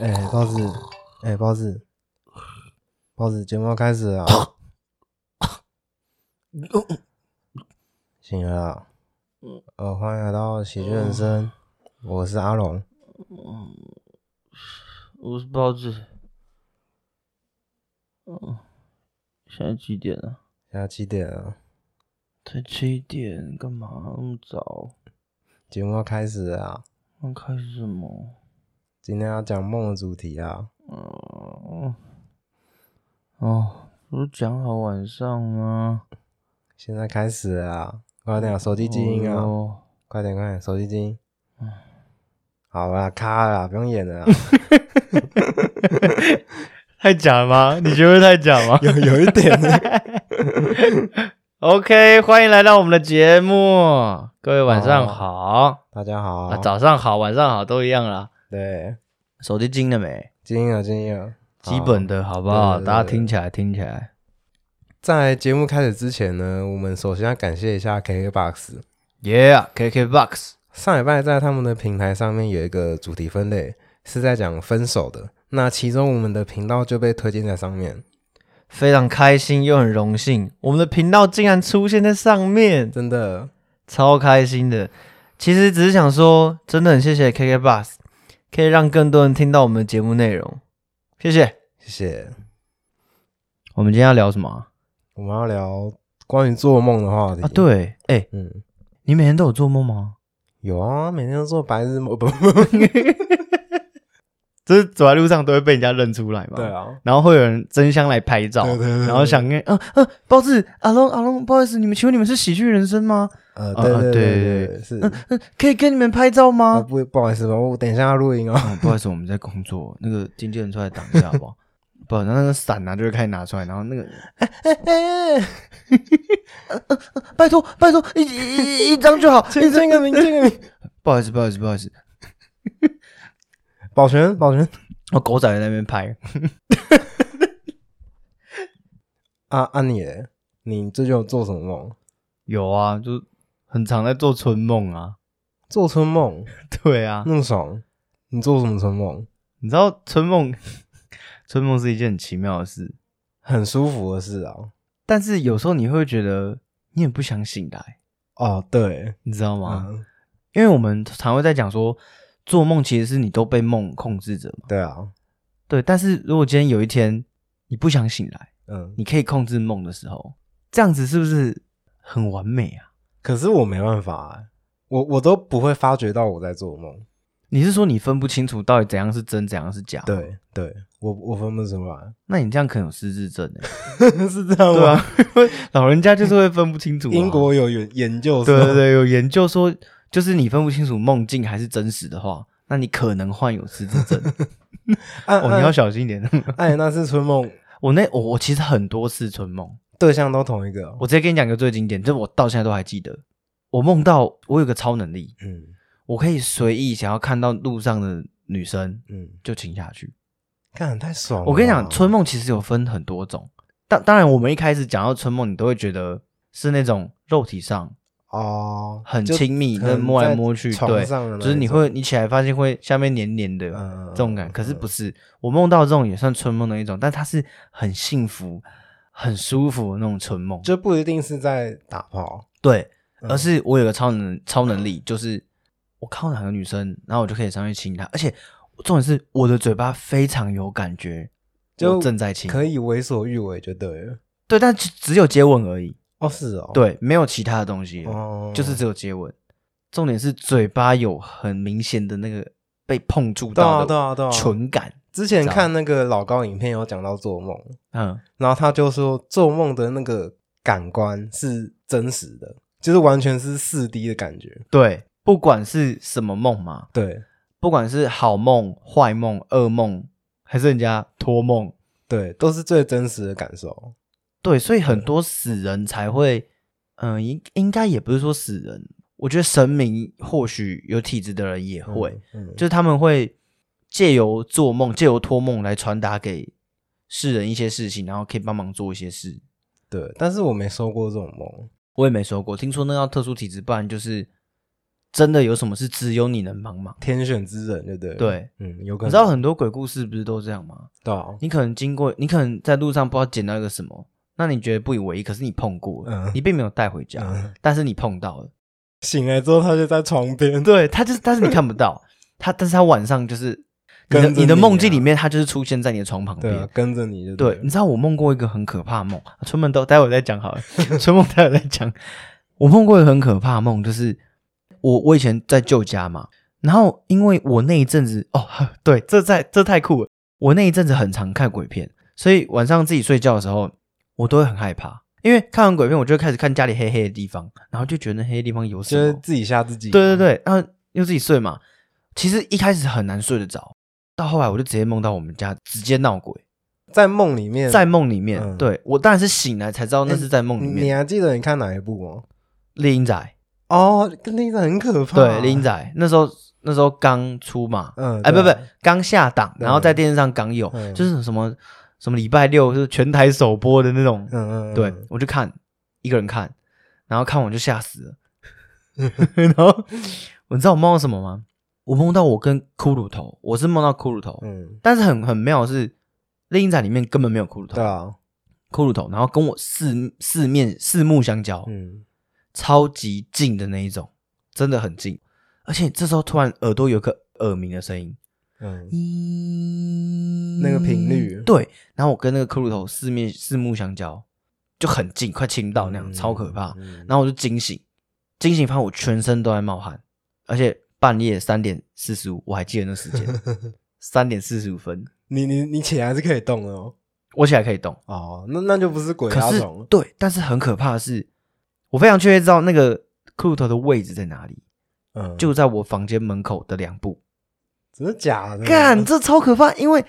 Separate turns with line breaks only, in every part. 哎、包子，哎、包子，包子，节目要开始了啊！醒了啊，呃，欢迎来到喜剧人生，我是阿龙。
嗯我是包子。嗯，现在几点了？
现在七点了，
才七点，干嘛那么早？
节目要开始了啊！
刚开始什么？
今天要讲梦的主题啊，
嗯，哦，不是讲好晚上吗？
现在开始了啊！快点啊，手机静音啊！
哦
快点，快点，手机静音。 好啦，卡了啦，不用演了啊。
太假吗？你觉得太假吗
有有一点呢，
？OK，欢迎来到我们的节目，各位晚上
哦
好、
大家好，
啊，早上好，晚上好，都一样啦。
对，
手机静了没？
静音了，静音了。好
基本的好不好？
对对对
大家听起来，听起来。
在节目开始之前呢，我们首先要感谢一下 KKBOX。
Yeah，KKBox
上礼拜在他们的平台上面有一个主题分类，是在讲分手的。那其中我们的频道就被推荐在上面，
非常开心又很荣幸，我们的频道竟然出现在上面，
真的
超开心的。其实只是想说，真的很谢谢 KKBox，可以让更多人听到我们的节目内容，谢谢。
谢谢。
我们今天要聊什么啊
我们要聊关于做梦的话题
啊？，对，哎、
嗯，
你每天都有做梦吗？
有啊，每天都做白日梦，不，
就是走在路上都会被人家认出来嘛。
对。啊，
然后会有人争相来拍照，
对对对对
然后想跟啊啊，包子阿龙阿龙，不好意思，你们请问你们是喜剧人生吗？
呃，
啊
对
啊
对
对
对
对
对，是。
可以跟你们拍照吗
啊，不不好意思吧，我等一下要录 音哦。
哦，不好意思，我们在工作， 那个经纪人出来挡一下好不好？ 不，然后那个伞拿、啊、就会开始拿出来，然后那个，哎哎哎，拜托拜托，一一一张就好，
签签个名，签个名。
不好意思不好意思不好意思，
保全，保全
我哦狗仔在那边拍，
啊啊你嘞，你最近有做什么梦？
有啊，就很常在做春梦啊，
做春梦
对啊，
那么爽，你做什么春梦？
你知道春梦， 春梦是一件很奇妙的事，
很舒服的事啊。
但是有时候你会觉得你也不想醒来，
哦，对，
欸你知道吗？
嗯，
因为我们常会在讲说，做梦其实是你都被梦控制着嘛。
对啊，
对，但是如果今天有一天你不想醒来，
嗯。
你可以控制梦的时候，这样子是不是很完美啊？
可是我没办法、欸，我我都不会发觉到我在做梦。
你是说你分不清楚到底怎样是真，怎样是假？，
对，对我我分不出来，
那你这样可能有失智症哎、
是这样
对
吗？
啊，老人家就是会分不清楚、啊
英，国有研研究，
对对，对，有研究说，就是你分不清楚梦境还是真实的话，那你可能患有失 智症
按
哦，你要小心一点。
啊 哎，那是春梦
我那我我其实很多次春梦，
对象都同一个哦，
我直接跟你讲一个最经典，这我到现在都还记得。我梦到我有个超能力，
嗯
我可以随意想要看到路上的女生
嗯，
就亲下去。
看太爽了啊。
我跟你讲，春梦其实有分很多种。当当然，我们一开始讲到春梦，你都会觉得是那种肉体上
哦，
很
就
亲密，
可能
那摸来
在
摸去，
床
对，
上的那
就是你
一种
会你起来发现会下面黏黏的
嗯
这种感
嗯
觉。可是不
嗯
是，我梦到这种也算春梦的一种，但它是很幸福、很舒服的那种春梦。
就不一定是在打炮，
对，
嗯
而是我有个超能超能力，就是我靠哪个女生，然后我就可以上去亲她，而且重点是我的嘴巴非常有感觉，
就
我正在亲，
可以为所欲为就对了。
对，但只只有接吻而已，
哦，是哦，，
对，没有其他的东西了，
哦，
就是只有接吻。重点是嘴巴有很明显的那个被碰触
对啊
到
对
的
啊对啊。
唇感，
之前
这样
看那个老高影片有讲到做梦，
嗯，
然后他就说做梦的那个感官是真实的，就是完全是四 D 的感觉。
对，不管是什么梦嘛，
对
不管是好梦、坏梦、噩梦，还是人家托梦，
对，都是最真实的感受。
呃对，所以很多死人才会，嗯、应应该也不是说死人，我觉得神明或许有体质的人也会，
嗯，嗯
就是他们会借由做梦、借由托梦来传达给世人一些事情，然后可以帮忙做一些事。
对，但是我没收过这种梦，
我也没说过，听说那要特殊体质，不然就是真的有什么事只有你能帮忙。
天选之人，对不对？，
对，
嗯，有可
你
能
知道很多鬼故事不是都这样吗？
对啊
你可能经过，你可能在路上不知道捡到一个什么，那你觉得不以为意，可是你碰过了，
嗯
你并没有带回 家，
嗯
但是你碰到了。
醒来之后他就在床边，
对，他就是，但是你看不到他，但是他晚上就是你的
跟着
你的
你
梦
啊
境里面，他就是出现在你的床旁
对
边。
啊，跟着你就
对，
了
你知道我梦过一个很可怕的梦，春梦都待会再讲好了。春梦待会再讲。 我梦过一个很可怕的梦，就是我我以前在旧家嘛，然后因为我那一阵子哦， 对，这在这太酷了。我那一阵子很常看鬼片，所以晚上自己睡觉的时候，我都会很害怕，因为看完鬼片，我就会开始看家里黑黑的地方，然后就觉得那黑黑地方有什
就
么
是，自己吓自己，
对对，对，然后又自己睡嘛。其实一开始很难睡得着，到后来我就直接梦到我们家直接闹鬼。
在梦里面，
在梦里面，
嗯哎
对我当然是醒来才知道那是在梦里
你你
面。
还记得你看哪一部吗？
猎鹰仔，
哦，跟那个很可怕，
对，猎鹰仔那时候那时候刚出嘛，
嗯
哎，不
对
不，刚下档，
对
然后在电视上刚有，
嗯
就是什么什么礼拜六就是全台首播的那种，
嗯嗯，嗯
对我就看一个人看，然后看完就吓 死了。然后你知道我梦到什么吗？我梦到我跟骷髅头，我是梦到骷髅头，
嗯，
但是很很妙的是，猎鹰仔里面根本没有骷髅头
对，啊，
骷髅头，然后跟我四四面四目相交，
嗯，
超级近的那一种，真的很近。而且这时候突然耳朵有一个耳鸣的声音，
嗯，
咦，
那个频率
嗯对。然后我跟那个骷髅头四面四目相交，就很近，快亲到那样，超可怕。
嗯
然后我就惊醒，惊醒发现我全身都在冒汗，而且半夜三点四十五，我还记得那 时间，三点四十五分，
你你你起来是可以动的哦，
我起来可以动。
哦，那那就不是鬼
可
压
是
床了，
对，但是很可怕的是，我非常确切知道那个骷髅头的位置在哪里，
嗯，
就在我房间门口的两步。
真的假的？
干，这超可怕！因为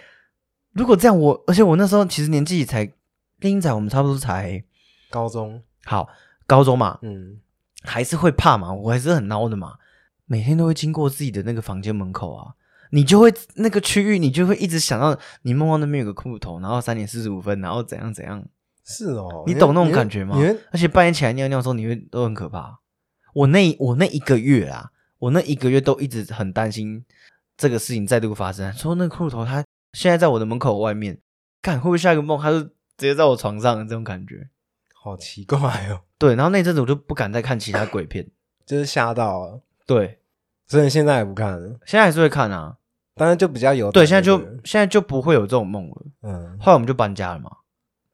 如果这样我，而且我那时候其实年纪才，跟仔我们差不多才
高中，
好高中嘛，
嗯，
还是会怕嘛，我还是很孬的嘛，每天都会经过自己的那个房间门口啊。你就会那个区域，你就会一直想到你梦到那边有个骷髅头，然后三点四十五分，然后怎样怎样，
是哦，
你
会
懂那种
会
感觉吗
你会？
而且半夜起来尿尿的时候，你会都很可怕。我那我那一个月啊，我那一个月都一直很担心这个事情再度发生。说那个骷髅头他现在在我的门口外面，看会不会下一个梦他就直接在我床上这种感觉。
好奇怪哦，
对，然后那阵子我就不敢再看其他鬼片。
就是吓到了，
对，
所以现在也不看了，
现在还是会看啊。
但是就比较有
对，
胆
现在就
对不对
现在就不会有这种梦了。
嗯
后来我们就搬家了嘛。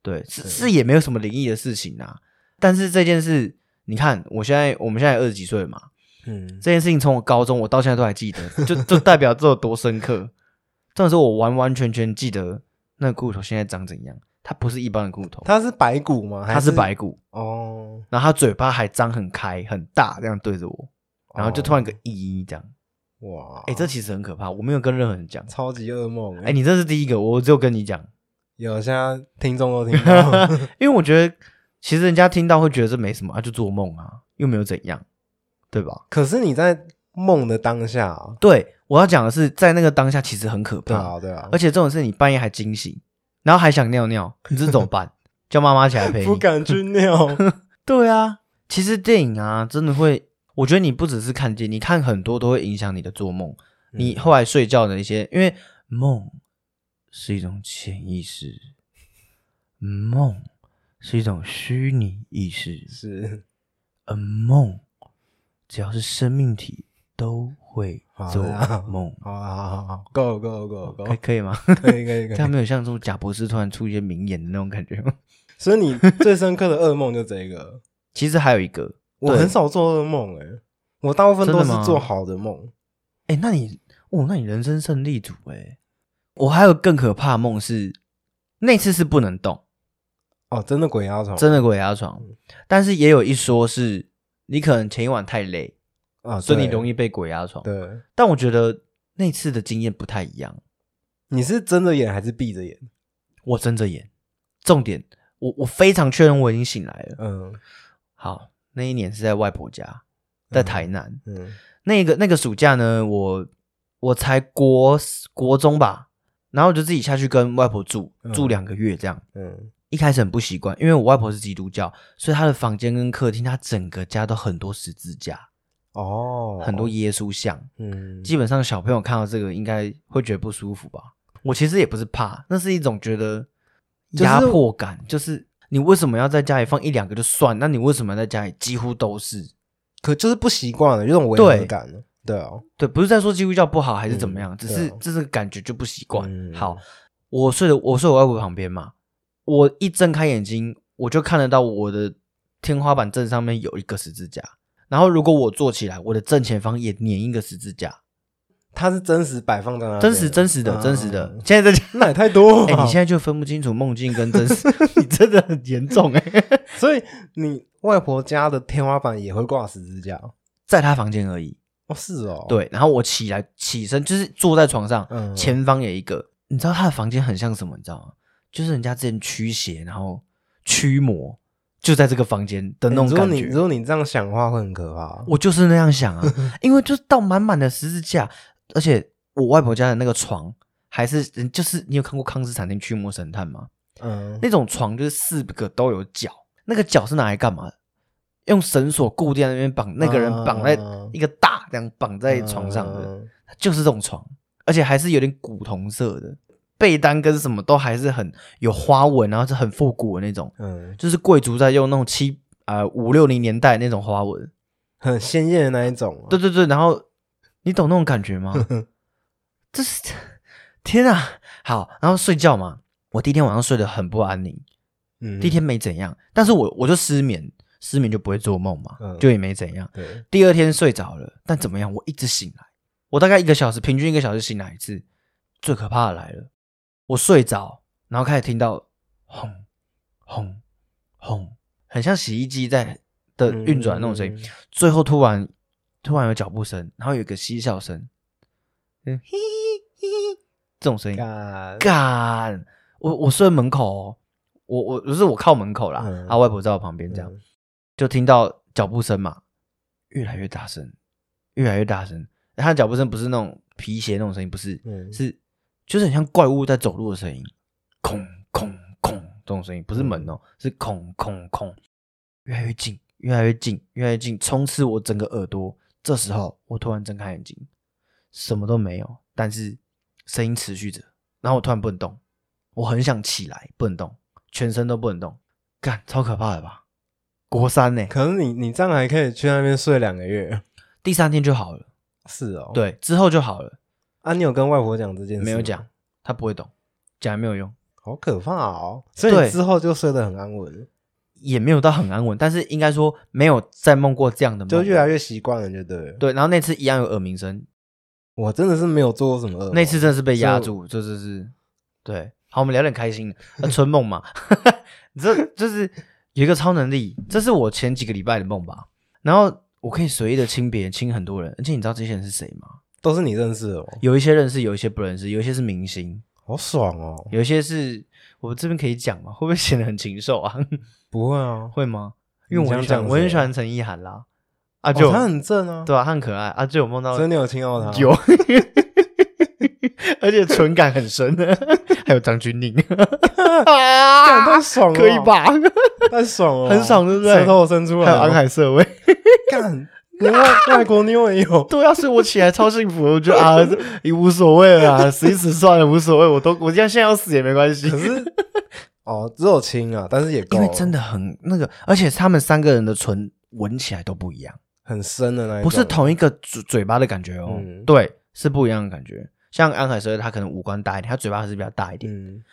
对，是是也没有什么灵异的事情啊。但是这件事，你看，我现在我们现在二十几岁了嘛，
嗯，
这件事情从我高中我到现在都还记得，就就代表这有多深刻。重点是我完完全全记得那个骨头现在长怎样，它不是一般的骨头，
它是白骨吗？还
它是白骨，
哦，
然后它嘴巴还张很开很大，这样对着我，然后就突然一个
哦
咦这样，
哇，
哎、这其实很可怕，我没有跟任何人讲，
超级噩梦
哎、你这是第一个，我就跟你 讲，
有现在听众都听 到，
因为我觉得其实人家听到会觉得这没什么啊，就做梦啊，又没有怎样，对吧？
可是你在梦的当下啊，
对，我要讲的是，在那个当下其实很可怕，
对啊对啊
而，且这种事你半夜还惊醒，然后还想尿尿，你这怎么办？叫妈妈起来 陪
不
你。
敢去 尿，
对啊，其实电影啊，真的会，我觉得你不只是看电影，你看很多都会影响你的做梦，
嗯
你后来睡觉的一些，因为梦是一种潜意识，梦是一种虚拟意识，
是
而梦只要是生命体都会
好
做
啦
梦。
好啊好好好，Go Go Go
可以
Go，
可以吗？
可以可以可
这
以
样，没有像这种贾博士突然出一些名言的那种感觉吗？
所以你最深刻的噩梦就这个。
其实还有一个，
我
对
很少做噩梦哎、我大部分都
真的
是
吗
做好的梦。
哎、那你哦，那你人生胜利组哎、我还有更可怕的梦是，那次是不能动，
哦，真的鬼压床，
真的鬼压床，但是也有一说是你可能前一晚太累，
啊，
所以你
对
容易被鬼压床。
对。
但我觉得那次的经验不太一样，
你是睁着眼还是闭着眼？
我睁着眼，重点我我非常确认我已经醒来了。
嗯
好，那一年是在外婆家，在台南。
嗯
那个那个暑假呢，我我才国国中吧，然后我就自己下去跟外婆住
嗯
住两个月这样。
嗯
一开始很不习惯，因为我外婆是基督教，所以她的房间跟客厅，她整个家都很多十字架，
哦，
很多耶稣像。
嗯
基本上小朋友看到这个应该会觉得不舒服吧？我其实也不是怕，那是一种觉得
就是
压迫感，就是、你为什么要在家里放一两个就算？那你为什么要在家里几乎都是？
可就是不习惯了，有种违和
对
感了。对哦，
对，不是在说基督教不好还是怎么样，
嗯
只是
对啊
这个感觉就不习惯。
嗯
好，我睡的我睡我外婆旁边嘛，我一睁开眼睛我就看得到我的天花板正上面有一个十字架，然后如果我坐起来，我的正前方也粘一个十字架，
它是真实摆放在那边的，
真实真实的
啊
真实的，， 现在在讲。
那也太多
哎、
了吧。
你现在就分不清楚梦境跟真实， 你真的很严重哎、
所以你外婆家的天花板也会挂十字架哦？
在他房间而已。
哦是哦，，
对，然后我起来起身，就是坐在床上，
嗯
前方有一个，你知道他的房间很像什么？你知道吗？就是人家之前驱邪，然后驱魔，就在这个房间的那种
如果
感
你
觉。
如果你这样想的话，会很可怕。
我就是那 样想啊，因为就是倒满满的十字架，而且我外婆家的那个床还是就是你有看过康斯坦丁驱魔神探吗？
嗯，
那种床就是四个都有脚，那个脚是拿来干嘛的？用绳索固定在那边绑，那个人绑在
啊
一个大这样绑在床上的，
嗯
就是这种床，而且还是有点古铜色的，被单跟什么都还是很有花纹，然后是很复古的那种，
嗯，
就是贵族在用那种七呃五六零年代那种花纹，
很鲜艳的那一种啊。
对对对，然后你懂那种感觉吗？ 这是天啊，好，然后睡觉嘛，我第一天晚上睡得很不安宁，
嗯，
第一天没怎样，但是我我就失眠，失眠就不会做梦嘛，
嗯
就也没怎样。
对，
第二天睡着了，但怎么样，我一直醒来，我大概一个小时，平均一个小时醒来一次。最可怕的来了，我睡着，然后开始听到轰轰轰，很像洗衣机在的
嗯
运转那种声音。
嗯嗯嗯
最后突然突然有脚步声，然后有一个嬉笑声，嗯，嘿嘿嘿嘿，这种声音，
干
干，我我睡在门口、哦，我我不是我靠门口啦，
嗯
啊，外婆在我旁边，这样、
嗯
就听到脚步声嘛，越来越大声，越来越大声。他的脚步声不是那种皮鞋那种声音，不是，
嗯
是就是很像怪物在走路的声音，空空空这种声音，不是
嗯
门哦，是空空空，越来越近，越来越近，越来越近，充斥我整个耳朵。这时候我突然睁开眼睛，什么都没有，但是声音持续着，然后我突然不能动，我很想起来，不能动，全身都不能动，干超可怕的吧？国三呢、
可是你你这样还可以去那边睡两个月，
第三天就好了，
是哦。
对，之后就好了，
啊，你有跟外婆讲这件事？
没有，讲，他不会懂，讲也没有用。
好可怕哦。所以
对嗯
你之后就睡得很安稳，
也没有到很安稳，但是应该说没有再梦过这样的梦，
就越来越习惯了，就对了。
对。然后那次一样有耳鸣声，
我真的是没有做过什么恶梦，
那次真的是被压住，这就是对。好，我们聊点开心的，呃、春梦嘛， 这就是有一个超能力，这是我前几个礼拜的梦吧。然后我可以随意的亲别人，亲很多人，而且你知道这些人是谁吗？
都是你认识的哦，
有一些认识，有一些不认识，有一些是明星，
好爽哦。
有一些是我这边可以讲吗？会不会显得很禽兽啊？
不会啊，
会吗？因为我很
你
喜
想讲
欢
谁
我很喜欢陈意涵啦，啊
哦
就、
他很正啊，
对啊，他很可爱啊，就有梦到
所以你有亲到他？
有， 啊而且唇感很深， 还有张钧甯，
干，
啊
太爽了，
可以？吧？
太爽了，
很爽对不对啊
舌头伸出来，
还有安海瑟薇，
干，连外外国妞也 有，
对啊，所以我起来超幸福，我 觉得啊，也无所谓了啊，死一死算了，无所谓，我都我这样现在要死也没关系
可。是哦，只有亲啊，但是也够
因
了，
为真的很那个，而且他们三个人的唇闻起来都不一样，
很深的那一种，
不是同一个嘴嘴巴的感觉哦，
嗯
对，是不一样的感觉。像安海瑟薇，她可能五官大一点，她嘴巴还是比较大一点，
嗯，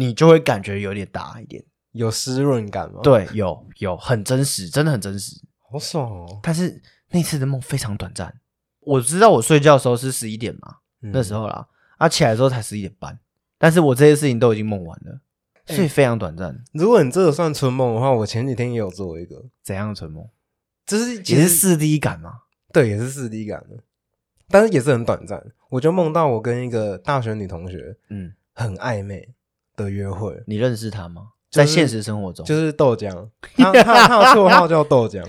你就会感觉有点大一点。
有湿润感吗？，
对，有有很真实，真的很真实。
好爽哦。
但是那次的梦非常短暂，我知道我睡觉的时候是十一点嘛，那时
候
候啦，啊起来的时候才十一点半，但是我这些事情都已经梦完了，所以非常短暂。
如果你这个算春梦的话，我前几天也有做一个，
怎样的春梦？
就是
也
其
是
实
四 D 感嘛？
对，也是四 D 感的，但是也是很短暂。我就梦到我跟一个大学女同学
嗯，
很暧昧的约会，
你认识他吗？
就是
哦在现实生活中，
就是豆浆，她她她的绰号叫豆浆，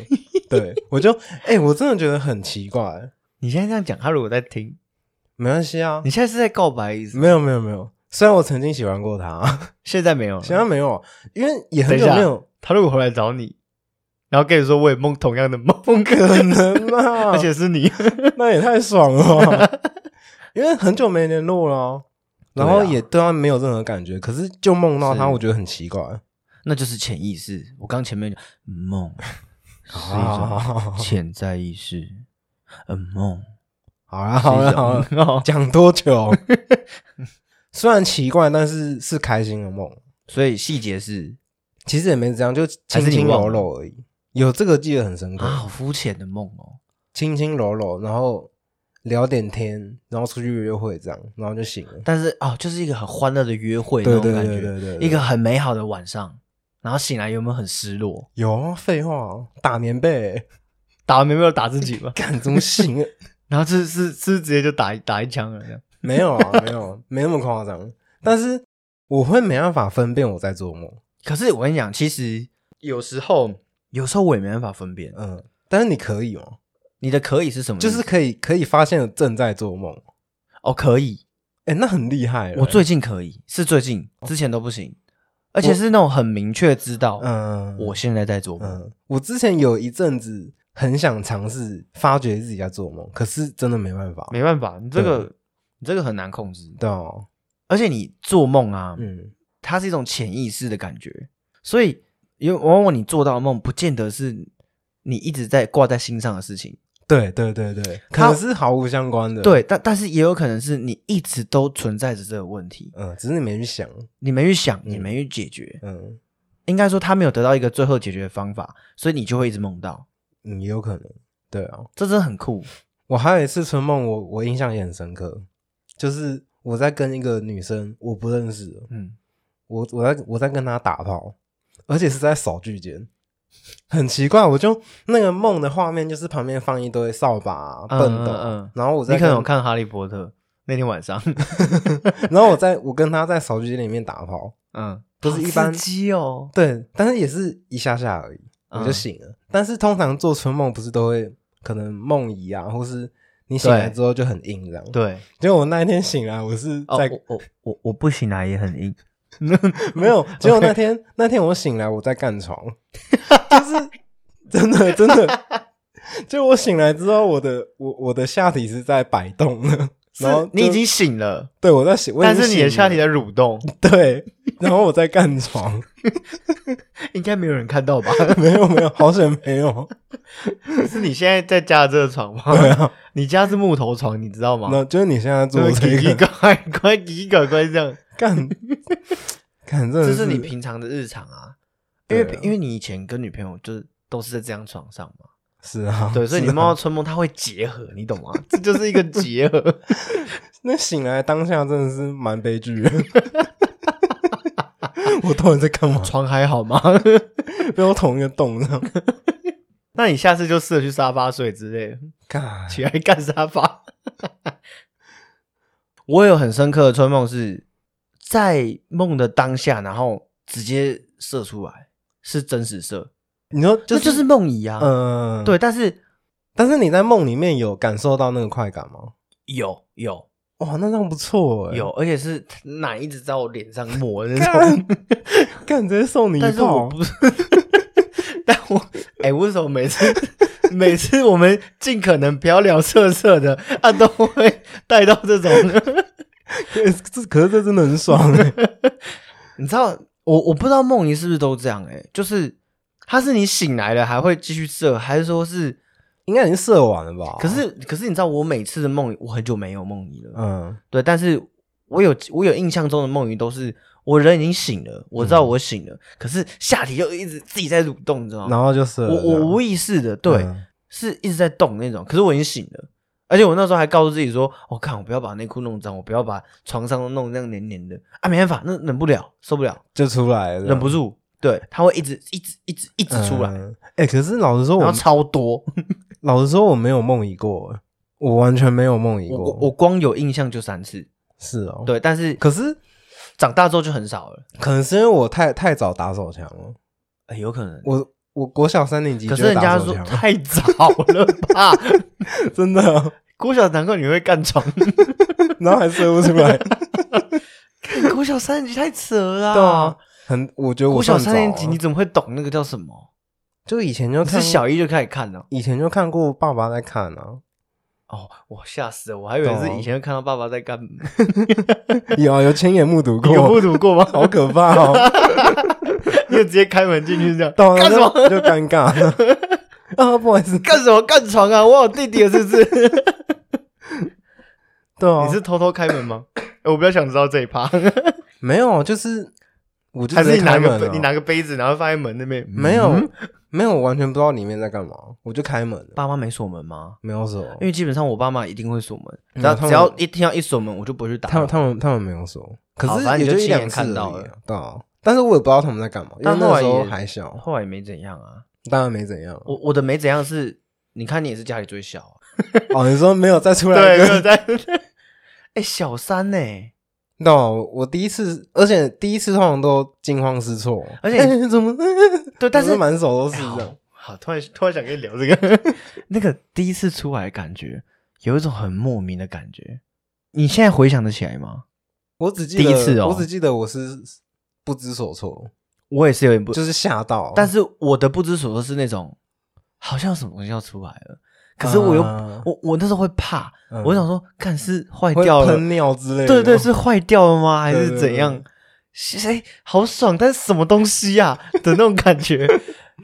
对，我就哎、我真的觉得很奇怪。
你现在这样讲，他如果在听，嗯
没关系啊
你，现在是在告白的意思？
没有没有没有。虽然我曾经喜欢过他，
现在没有了。
现在没有，因为也很
哦等一
久
下
没有，
他如果回来找你，然后跟你说我也梦同样的梦，
可能嘛，
而且是 你，
那也太爽了 吧，因为很久没联络了啊、然后
对啊
也对他没有任何感觉，可是就梦到他，
是
我觉得很奇怪。
那就是潜意识。我刚前面讲 梦是一种
好
潜在意识，呃，梦
啦， 好啦，好啦，
是一种 哦
讲多久？虽然奇怪，但是是开心的梦。
所以细节是
其实也没怎样，就
还
轻
是你
轻
忘
柔
了
柔而已。有这个记得很深刻
啊，，好肤浅的梦哦。
轻轻柔柔，然后聊点天，然后出去约会这样，然后就醒了。
但是哦，就是一个很欢乐的约会
对
那
对
种感
对
觉，
对对，
一个很美好的晚上，然后醒来有没有很失落？
有啊，废话啊，打棉被，？
打没有打自己吧
干怎么醒啊？
然后是是是直接就打打一枪了这样。
没有啊，没有，没那么夸张。但是我会没办法分辨我在做梦，
可是我跟你讲，其实有时候，有时候我也没办法分辨。
嗯，但是你可以哦，
你的可以是什么意
就
思？
是可以可以发现正在做梦，
哦，可以。
哎，那很厉害了。
我最近可以，是最近，之前都不行，而且是那种很明确知道，
嗯，
我现在在做梦。
嗯，我之前有一阵子很想尝试发觉自己在做梦，可是真的没办法，
没办法，你这个你这个很难控制。
对哦，
而且你做梦啊，
嗯，
它是一种潜意识的感觉，所以因为往往你做到的梦，不见得是你一直在挂在心上的事情。
对对对对，可
它
能是毫无相关的，，
对，但但是也有可能是你一直都存在着这个问题，
嗯，只是你没去想，
你没去想，也
嗯
没去解决。
嗯，
应该说他没有得到一个最后解决的方法，所以你就会一直梦到，
嗯，有可能，对啊，
这真的很酷。
我还有一次春梦，我我印象也很深刻，就是我在跟一个女生，我不认识，
嗯，
我我在我在跟她打炮，而且是在扫具间。很奇怪，我就那个梦的画面，就是旁边放一堆扫把啊、
嗯
笨斗啊，
嗯嗯
然后我在
你可
跟
能有看《哈利波特》那天晚上，
然后我在我跟他在扫具间里面打炮，
嗯，
不是一般
好刺激哦，
对，但是也是一下下而已，
嗯
我就醒了。但是通常做春梦不是都会可能梦遗啊，或是你醒来
对
之后就很硬这样。，
对，
结果我那一天醒来，我是
哦
在、，
我我我我不醒来也很硬，
没有，结果那天那天我醒来我在干 床，就是真的真的，就我醒来之后，我的我我的下体是在摆动的，然后
是你已
就
经醒了，
对我在醒，我已
但
经
是你的
醒了
下体在蠕 动，
对，然后我在干床。
应该没有人看到吧？
没有没有，好险没有。
是你现在在家的这个床吗？
对啊，
你家是木头床，你知道吗？
那就是你现在做
对，
这
一
个
个快快一个快这样，
干干，真的
这是你
是
平常的日常啊，因为
对啊
因为你以前跟女朋友就是都是在这张床上嘛。
是啊，
对，所以你
是啊
梦到春梦，它会结合，你懂吗？这就是一个结 合。
那醒来当下真的是蛮悲剧的。 我到底在干嘛？
床还好吗？
被我捅一个洞这样。
那你下次就试着去沙发睡之类的，
干，
起来干沙发。 我有很深刻的春梦是在梦的当下，然后直接射出来，是真实射，
你说
就
就
就是梦遗啊。
嗯、呃，
对，。但是
但是你在梦里面有感受到那个快感吗？
有有
哇，那这样不错哎。
有，而且是奶一直在我脸上抹的那种
干。干，直接送你一
但是
炮。
我不是， 但我哎、为什么每次 每次我们尽可能不要聊色色的，啊，都会带到这种？
这可是这真的很爽哎。
你知道，我我不知道梦遗是不是都这样、哎，就是它是你醒来了还会继续射，还是说是？
应该已经射完了吧？
可是可是你知道，我每次的梦，我很久没有梦遗了，
嗯，
对，但是我有我有印象中的梦遗都是。我人已经醒了，我知
嗯
道我醒了，可是下体又一直自己在蠕动，你知道
然
吗？
后就射了
我
这样。
我无意识的，对，
嗯
是一直在动那种，可是我已经醒了，而且我那时候还告诉自己说，我、看我不要把内裤弄脏，我不要把床上都弄得那样黏黏的啊，没办法，那忍不了，受不了，
就出来了，
忍不住，嗯对，它会一直一直一直一直出来，
哎、欸可是老实说我，
然后超多，
老实说我没有梦遗过，欸我完全没有梦遗
我
过。
我我光有印象就三次，
是哦，，
对，但是
可是
长大之后就很少了，
可能是因为我太太早打手枪了，
哎有可能，
我我国小三年级
可
就是
人
打
家
手
说
枪，
太早了 吧？
真的哦，
郭小难怪你会干床，
然后还射不出来，
郭小三年级太扯了啊
对啊，很，我觉得我
国小
算
三
早
年
啊
级你怎么会懂那个叫什么？
就以前就
你是
看
小一就开始看的、
以前就看过爸爸在看 啊，
哦，我吓死了，我还以为
懂
是
啊
以前看到爸爸在干，
有啊，有亲眼目睹
你
过，
有目睹过 吗？
好可怕哦，
你有直接开门进去这样
懂啊
干什么？
就就尴尬了 啊，不好意思，
干什么干床啊？我有弟弟了是不是？
对啊，
你是偷偷开门吗？哎我比较想知道这一趴，
没有，就是我就
还
直
是
接
你拿
开门
个
了
你拿个杯子，然后放在门那边？
没有、
嗯
没有，我完全不知道里面在干嘛，我就开门了，
爸妈没锁门吗？
没有锁，
因为基本上我爸妈一定会锁门，
嗯
只要
他们
只要一听到一锁门，我就不会去打扰。
他们他们他们没有锁，可
好
是
反
啊
正
也
你就
一
亲
两
眼
次
看
而
到
已
了
啊对啊，但是我也不知道他们在干嘛，因为
但后
那
来
时
也
候还小，
后来也没怎样啊。
当然没怎样。
我我的没怎样是，你看你也是家里最小、啊，
哦，你说没有再出来
对，
一
没有
个？
在。哎、小三呢、
那我我第一次，而且第一次通常都惊慌失措，
而且
哎怎么？
对， 但是
我满手都是
哎
这样
好。好，突然突然想跟你聊这个，那个第一次出来的感觉，有一种很莫名的感觉。你现在回想得起来吗？
我只记得
第一次哦
我只记得我是不知所措，
我也是有点不，
就是吓到。
但是我的不知所措是那种，好像有什么东西要出来了，可是我又、
啊
我我那时候会怕，
嗯
我想说，看是坏
会
掉了，
喷尿之类的，
对对，是坏掉了吗？还是
对对
怎
对
样？谁好爽，但是什么东西呀、的那种 感觉。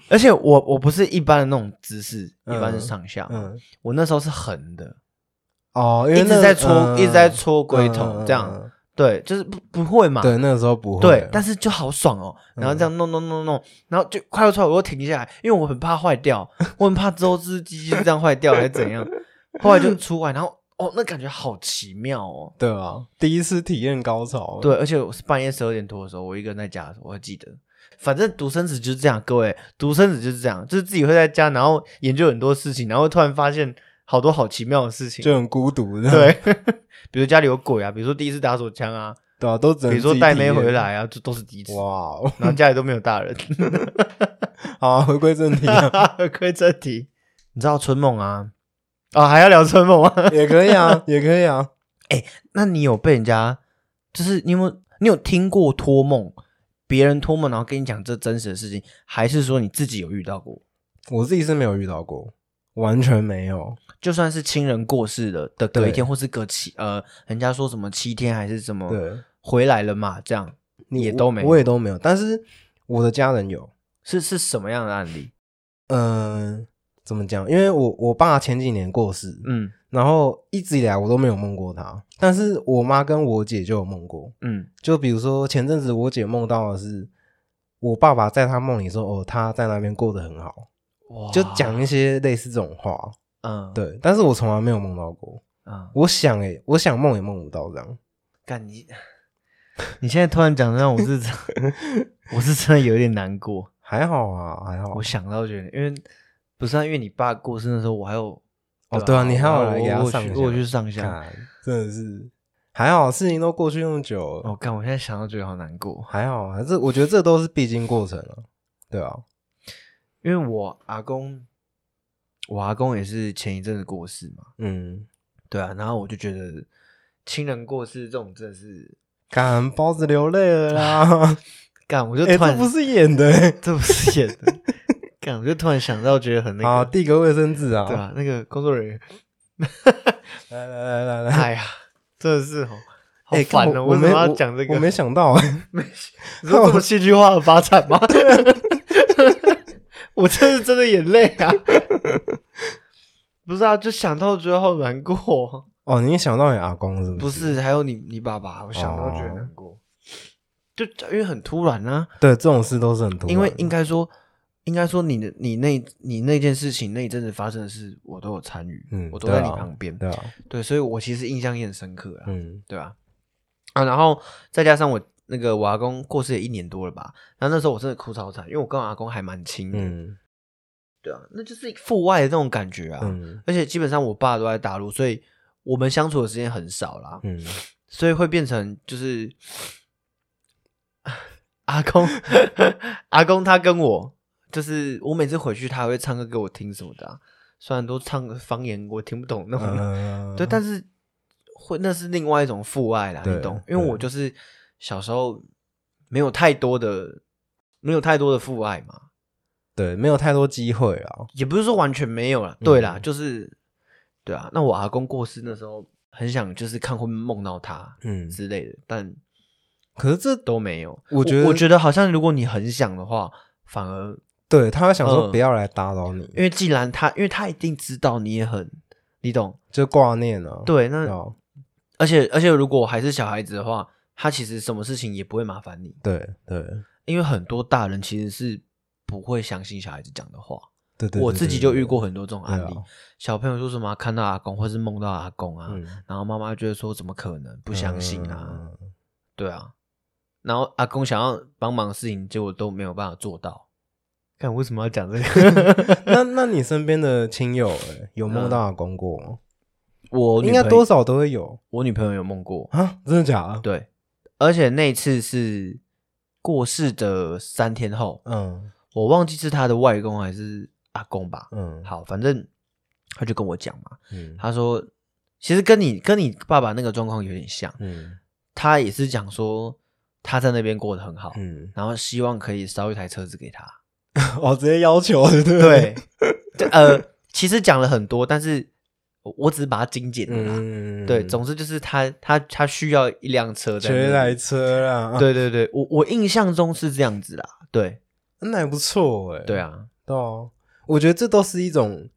而且我我不是一般的那种姿势，一般是
嗯
上下，
嗯
我那时候是横的，
哦，因
一
为
直
那
在搓，
嗯
一直在搓龟头，
嗯嗯
这样
嗯嗯
对，就是不不会嘛，
对，那个时候不会，
对，但是就好爽哦，然后
嗯
这样弄弄弄弄，然后就快要出来，我又停下来，因为我很怕坏掉，我很怕之后是机器这样坏掉还是怎样，后来就出来，然后哦，那感觉好奇妙哦，
对啊，第一次体验高潮，
对，而且我是半夜十二点多的时候，我一个人在家的时候，我还记得。反正独生子就是这样，各位，独生子就是这样，就是自己会在家，然后研究很多事情，然后突然发现好多好奇妙的事情。
就很孤独，这样
对，比如家里有鬼啊，比如说第一次打手枪啊，
对啊，都只能
比如说
自己
带
体
妹
验
回，来啊，这都是第一次。
哇哦，
然后家里都没有大人。
好啊，回归正题啊，
亏这题，你知道春梦啊？啊、还要聊春梦 啊？
也可以啊，也可以啊，
那你有被人家，就是你有没有你有听过托梦，别人托梦然后跟你讲这真实的事情，还是说你自己有遇到过？
我自己是没有遇到过，完全没有，
就算是亲人过世了的隔一
对
天，或是隔七呃，人家说什么七天还是什么，
对，
回来了嘛？这样
你
哦也都没有
我，我也都没有，但是我的家人有，
是是什么样的案例？
嗯。怎么讲？因为我我爸前几年过世，
嗯
然后一直以来我都没有梦过他，但是我妈跟我姐就有梦过。
嗯
就比如说前阵子我姐梦到的是，我爸爸在她梦里说：“哦，他在那边过得很好。”
哇
就讲一些类似这种话。
嗯
对，但是我从来没有梦到过。
嗯，
我想诶、我想梦也梦不到这样。
干你！你现在突然讲让我 是真，我是真的有点难过。
还好啊，还好
我。想到觉得，因为不是、啊、因为你爸过世的时候，我还有
哦，对啊，你还
我
好来给他
我
上
去
香
我去上香。
看，真的是还好，事情都过去那么久了，
我哦干、我现在想到觉得好难过，
还好啊。这我觉得这都是必经过程啊。对 啊，
因为我阿公，我阿公也是前一阵子过世嘛，
嗯，
对啊，然后我就觉得亲人过世这种真的是
感包子流泪了啦。
干， 我就
哎、
突然、
这不是演的、 欸。
这不是演的， 干，我就突然想到觉得很那个，
好，递个卫生纸啊。
对啊，那个工作人员。
来来来来 来，
哎呀，真的是哦，好
哎
烦
干
哦！
我
为什么
没
要
我
讲这个？
我没想到、欸，
你说这么戏剧化的发展 吗？我真是真的眼泪啊！不是啊，就想到觉得好难过。
哦，你想到你阿公是不是？
不，是，还有你你爸爸，我想到觉得难过，就因为很突然啊。
对，这种事都是很突然的，
因为应该说，应该说你的你那你那件事情那一阵子发生的事，我都有参与，
嗯
我都在
对
你
啊
旁边，
对啊，
对，所以我其实印象也很深刻啊。
嗯
对吧、啊？然后再加上我那个我阿公过世也一年多了吧，然后那时候我真的哭超惨，因为我跟我阿公还蛮亲的，
嗯
对啊，那就是一个父外的那种感觉啊。
嗯
而且基本上我爸都在大陆，所以我们相处的时间很少啦，
嗯，
所以会变成就是 啊阿公阿公他跟我就是我每次回去，他还会唱歌给我听什么的、啊，虽然都唱方言我听不懂那种，
嗯
对，但是会那是另外一种父爱啦，
对
你懂？因为
对
我就是小时候没有太多的没有太多的父爱嘛，
对没有太多机会啊。
也不是说完全没有啦，对
嗯
啦，就是对啊。那我阿公过世那时候，很想就是看会不会梦到他
嗯，
之类的，但
可是这
都没有。
我觉得
我觉得好像如果你很想的话，反而
对他会想说
嗯
不要来打扰你，
因为既然他，因为他一定知道你也很，你懂？
就挂念啊。
对，那
哦，
而且而且如果还是小孩子的话，他其实什么事情也不会麻烦你，
对对对
因为很多大人其实是不会相信小孩子讲的话。
对对，
我自己就遇过
很
很多这种案例，
对啊
小朋友说什么、看到阿公或是梦到阿公啊，
嗯
然后妈妈就会说：“怎么可能？不相信啊！”
嗯
对啊，然后阿公想要帮忙的事情，结果都没有办法做到。看为什么要讲这个？
那那你身边的亲友欸有梦到阿公过吗？
嗯我
应
女
该
朋友
多少都会有
我女朋友有梦过，
啊？真的假的？
对，而且那次是过世的三天后，
嗯
我忘记是她的外公还是阿公吧。
嗯
好，反正他就跟我讲嘛，
嗯
他说其实跟你跟你爸爸那个状况有点像，
嗯
他也是讲说他在那边过得很好，
嗯，
然后希望可以烧一台车子 给他。
哦，直接要求对不
对，这呃，其实讲了很多，但是我我只是把它精简了啦。
嗯，
对，总之就是他他他需要一辆车在那里
缺台。车啦，，啊
对对对，我我印象中是这样子啦。对
那还不错哎。
对，啊，
对啊，我觉得这都是一种，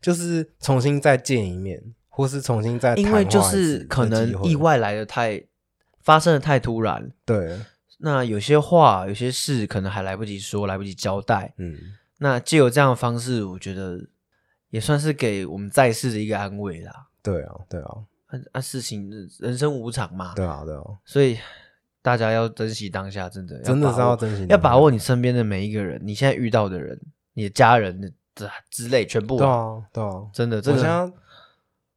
就是重新再见一面，或是重新再
因
谈
为
话
就
一次
是
的
可
机
能
会
意外来的太发生的太突然，
对，
那有些话有些事可能还来不及说，来不及交代。
嗯
那借由这样的方式，我觉得也算是给我们在世的一个安慰啦。
对啊，对啊，
啊啊，事情人生无常嘛，
对啊，对啊，
所以大家要珍惜当下，真的
真的是
把
要
握
珍惜，
要把握你身边的每一个人，你现在遇到的人，你的家人的之之类，全部
对啊，对啊，
真的真
我现
的
在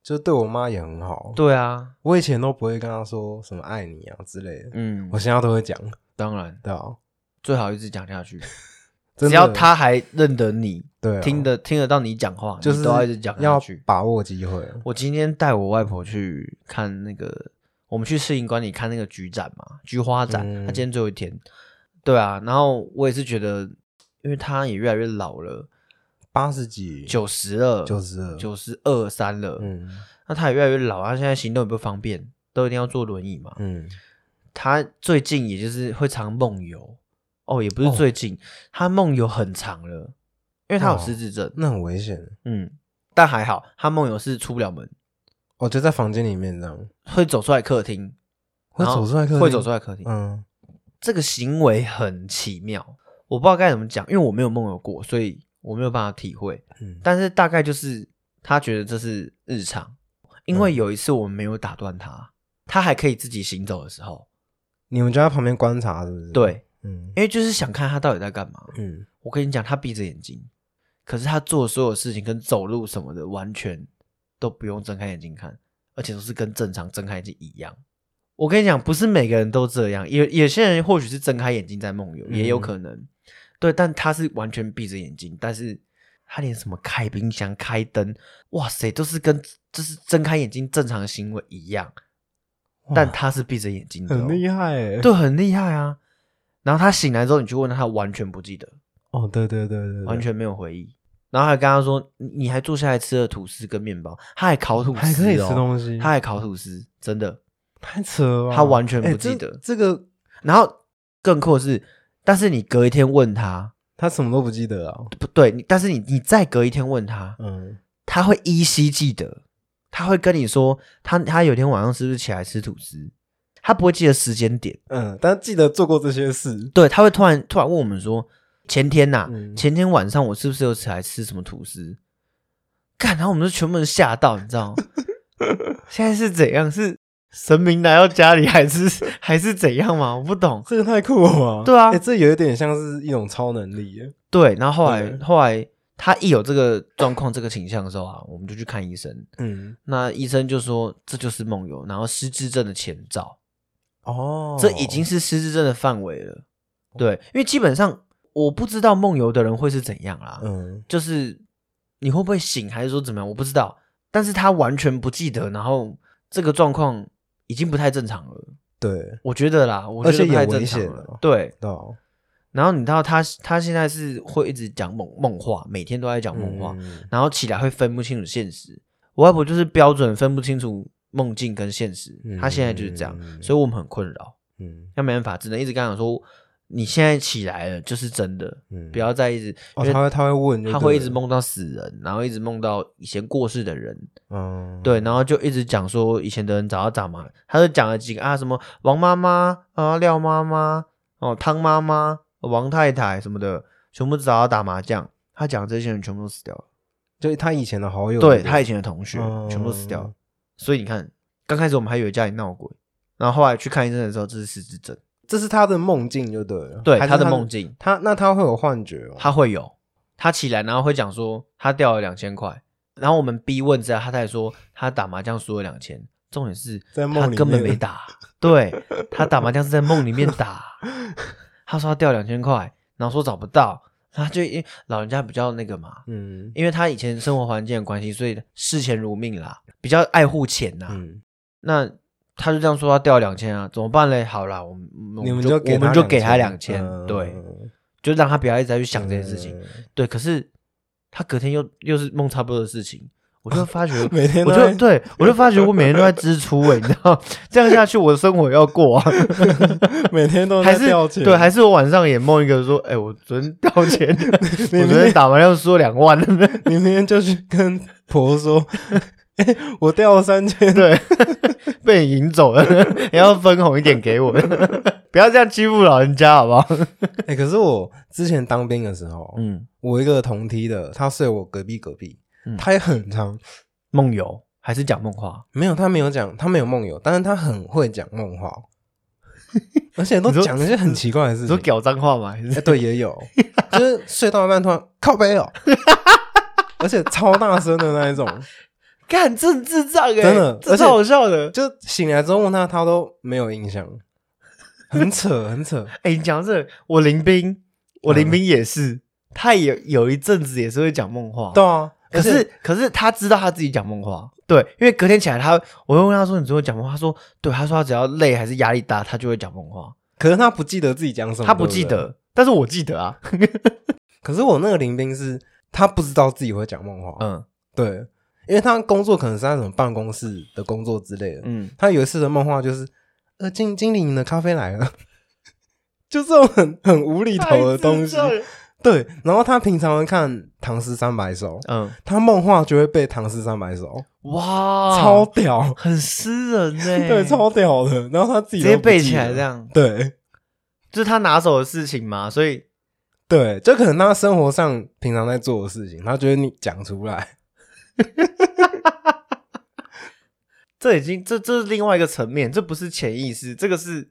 就对我妈也很好，
对啊，
我以前都不会跟她说什么爱你啊之类的，
嗯
我，现在都会讲，
当然
对啊，
最好一直讲下去，
真
只
的
要她还认得你，
对啊
听得听得到你讲话，
就
你
是
都要一直讲下
要
去。
把握机会，
我今天带我外婆去看那个，我们去摄影馆里看那个菊展嘛，菊花展。
嗯
她今天最后一天，对啊。然后我也是觉得，因为她也越来越老了，
八十几
九十了，
九十二
九十二三了，
嗯
那她也越来越老，她现在行动也不方便，都一定要坐轮椅嘛。
嗯
她最近也就是会常梦游，哦，也不是最近，她梦游很长了，因为她有
哦
失智症，
那很危险，
嗯，但还好，她梦游是出不了门，
我就在房间里面这样，
会走出来客厅，
会走出来客厅
会走出来客厅。
嗯
这个行为很奇妙，我不知道该怎么讲，因为我没有梦游过，所以我没有办法体会。
嗯，
但是大概就是他觉得这是日常，因
嗯
为有一次我们没有打断他，他还可以自己行走的时候，
你们就在旁边观察是不是？，
对，
嗯
因为就是想看他到底在干嘛。
嗯，
我跟你讲，他闭着眼睛，可是他做的所有事情跟走路什么的，完全都不用睁开眼睛看，而且都是跟正常睁开眼睛一样。我跟你讲，不是每个人都这样，有有些人或许是睁开眼睛在梦游，
嗯
也有可能，对，但他是完全闭着眼睛，但是他连什么开冰箱、开灯，哇塞，都是跟就是睁开眼睛正常的行为一样，但他是闭着眼睛的、哦
很厉，害哎，
对，很厉害啊。然后他醒来之后，你去问他，他完全不记得。
哦，对对对对对，
完全没有回忆。然后还跟他说，你你还坐下来吃了吐司跟面包，他还烤吐司、哦，
还可以吃东西，
他还烤吐司，真的。
太扯了吧，
他完全不
哎这
记得
这个，
然后更酷的是，但是你隔一天问他，
他什么都不记得啊，
不对，你但是你你再隔一天问他，
嗯，
他会依稀记得，他会跟你说，他他有天晚上是不是起来吃吐司，他不会记得时间点，
嗯，但记得做过这些事，
对，他会突然突然问我们说，前天呐、
嗯
前天晚上我是不是有起来吃什么吐司？干，然后我们就全部人吓到，你知道吗？ 现在是怎样？是神明来到家里，还是还是怎样吗？我不懂。
这个太酷了嘛，
对啊
哎这有一点像是一种超能力耶，
对，然后后来
对
后来他一有这个状况、这个倾向的时候啊，我们就去看医生。
嗯，
那医生就说这就是梦游，然后失智症的前兆。
哦，
这已经是失智症的范围了。对，因为基本上我不知道梦游的人会是怎样啦，
嗯，
就是你会不会醒，还是说怎么样，我不知道。但是他完全不记得，然后这个状况已经不太正常了，
对，啊
我觉得啦，我觉
而且
得
也
不太正常
危险
了
了。
对，
到
然后你知道他他现在是会一直讲梦梦话，每天都在讲梦话，
嗯
然后起来会分不清楚现实。我外婆就是标准分不清楚梦境跟现实，
嗯
她现在就是这样，所以我们很困扰。
嗯
那没办法，只能一直跟她讲说，你现在起来了就是真的，
嗯
不要再一直，
哦，
因为
他会他会问就对了，
她会一直梦到死人，然后一直梦到以前过世的人，
嗯，
对，然后就一直讲说以前的人找他打嘛，他就讲了几个啊，什么王妈妈啊、廖妈妈哦、汤妈妈、王太太什么的，全部找他打麻将。他讲这些人全部都死掉了，
就是他以前的好友，
对哦他以前的同学、全部都死
嗯
掉了。所以你看，刚开始我们还以为家里闹鬼，然后后来去看医生的时候，这是失智症，
这是他的梦境就对了，
对
还是
他的梦境，
他那他会有幻觉哦，
他会有，他起来然后会讲说他掉了两千块，然后我们逼问之下，他才说他打麻将输了两千，重点是
在梦
他
里面
根本没打，对他打麻将是在梦里面 打，他说他掉两千块，然后说找不到，他就因为老人家比较那个嘛，
嗯
因为他以前生活环境的关系，所以视钱如命啦，比较爱护钱呐、
嗯，
那他就这样说他掉两千啊，怎么办嘞？好啦，我们我
你
们
们
就
给
我们就给他两千，
嗯
对，就让他不要一直在去想这件事情。，对，可是他隔天又又是梦差不多的事情，我就发觉，
每天
我
都在
就对我就发觉我每天都在支出哎、你知道，这样下去我的生活也要过啊，
嗯每天 都在
还是
掉钱
对，还是我晚上也梦一个说，哎、我昨天掉钱，我
明
昨天
天
打麻将输了 两万，
你明天就去跟婆 说，哎，我掉了三千，
对，被你赢走了，你要分红一点给我， 不要这样欺负老人家好不 好？
哎，可是我之前当兵的时候，
嗯，
我一个同梯的，他睡我隔壁隔壁
嗯，
他也很常
梦游还是讲梦话，
没有，他没有讲，他没有梦游，但是他很会讲梦 话，而且都
你说
讲一些很奇怪的事
你说
情。
屌脏话吗？还
哎、
是
对，也 有，就是睡到一半突然靠背 哦，而且超大声的那一种，
干这智障哎、
真的
这
而且
超好笑的。
就醒来之后问他，他都没有印象，很扯，很扯。
哎、你讲到这个我林斌，我
嗯
林斌也是，他也有一阵子也是会讲梦话，
对啊，
可
而且
是可是他知道他自己讲梦话，对，因为隔天起来他，我会问他说你昨天讲梦话，他说对，他说他只要累还是压力大，他就会讲梦话，
可是他不记得自己讲什么，
他不记
对对。
得，但是我记得啊，
可是我那个林兵是，他不知道自己会讲梦话，
嗯
对，因为他工作可能是在什么办公室的工作之类的，
嗯，
他有一次的梦话就是，呃，经经理，你的咖啡来了， 就这种很很无厘头的东西。对，然后他平常会看《唐诗三百首》，
嗯，
他梦话就会背《唐诗三百首》
哇，
超屌，
很诗人呢、
对，超屌的。然后他自己
直
都
接
不
背
记
起来
得
这，样，
对
这是他拿手的事情嘛，所以
对，就可能他生活上平常在做的事情，他觉得你讲出来，
这已经这这是另外一个层面，这不是潜意识，这个是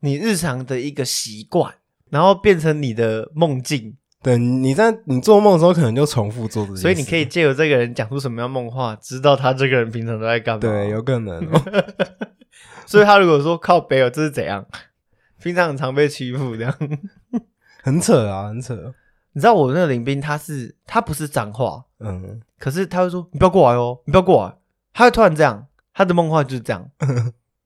你日常的一个习惯，然后变成你的梦境，
对，你在你做梦的时候可能就重复做这些，
所以你可以。借由这个人讲出什么样梦话，知道他这个人平常都在干嘛。
对，有可能、哦，
所以他如果说靠北哦，这是怎样？平常很常被欺负这样。
很扯啊，很扯。
你知道我那个林斌，他是他不是脏话，
嗯，
可是他会说你不要过来哦，你不要过来，他会突然这样，他的梦话就 是这样。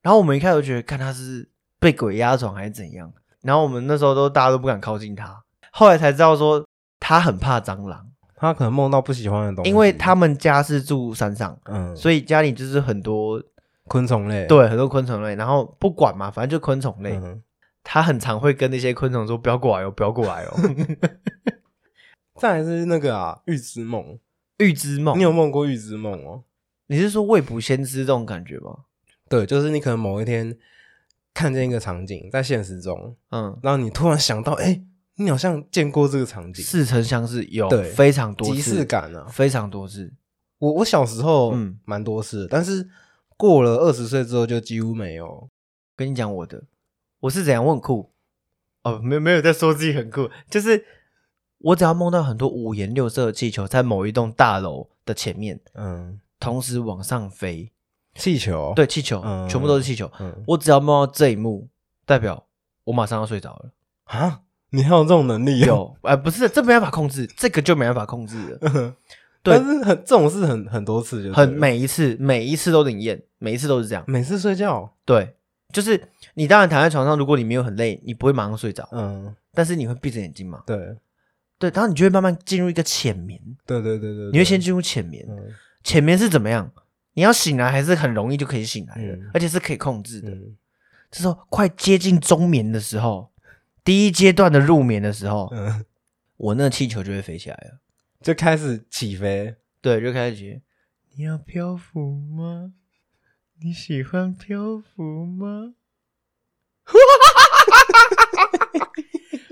然后我们一开始就觉得看他是被鬼压床还是怎样，然后我们那时候都大家都不敢靠近他，后来才知道说他很怕蟑螂，
他可能梦到不喜欢的东西，
因为他们家是住山上，
哦嗯，
所以家里就是很多
昆虫类，
对很多昆虫类，然后不管嘛，反正就昆虫类，
嗯
他很常会跟那些昆虫说不要过来哦，不要过 来哦，
再来是那个啊，预知梦，
预知梦
你，有梦过预知梦哦？
你是说未卜先知这种感觉吗？
对，就是你可能某一天看见一个场景在现实中，
嗯，
然后你突然想到，哎、你好像见过这个场景，
似曾相识有
对
非常多
即
次
视感啊。
非常多次。
我我小时候
嗯
蛮多次的，但是过了二十岁之后就几乎没有。
跟你讲我的，我是怎样，我很酷哦，没有没有在说自己很酷，就是我只要梦到很多五颜六色的气球在某一栋大楼的前面
嗯，
同时往上飞，
气球，
对，，气球、
嗯
全部都是气球，
嗯
我只要梦到这一幕，代表我马上要睡着了。
啊，你还有这种能力哦？
有，哎、不是，这没办法控制，这个就没办法控制了。对
但是很这种事很很多次就对了
很，每一次，每一次都灵验，每一次都是这样。
每次睡觉，
对，就是你当然躺在床上，如果你没有很累，你不会马上睡着，
嗯，
但是你会闭着眼睛嘛？
对
对，然后你就会慢慢进入一个浅眠，
对对对对对，
你会先进入浅眠。
嗯
浅眠是怎么样？你要醒来还是很容易就可以醒来的，
嗯
而且是可以控制的。
嗯
这时候快接近中眠的时候，第一阶段的入眠的时候，
嗯，
我那个气球就会飞起来了。
就开始起飞，
对，就开始学你要漂浮吗？你喜欢漂浮吗？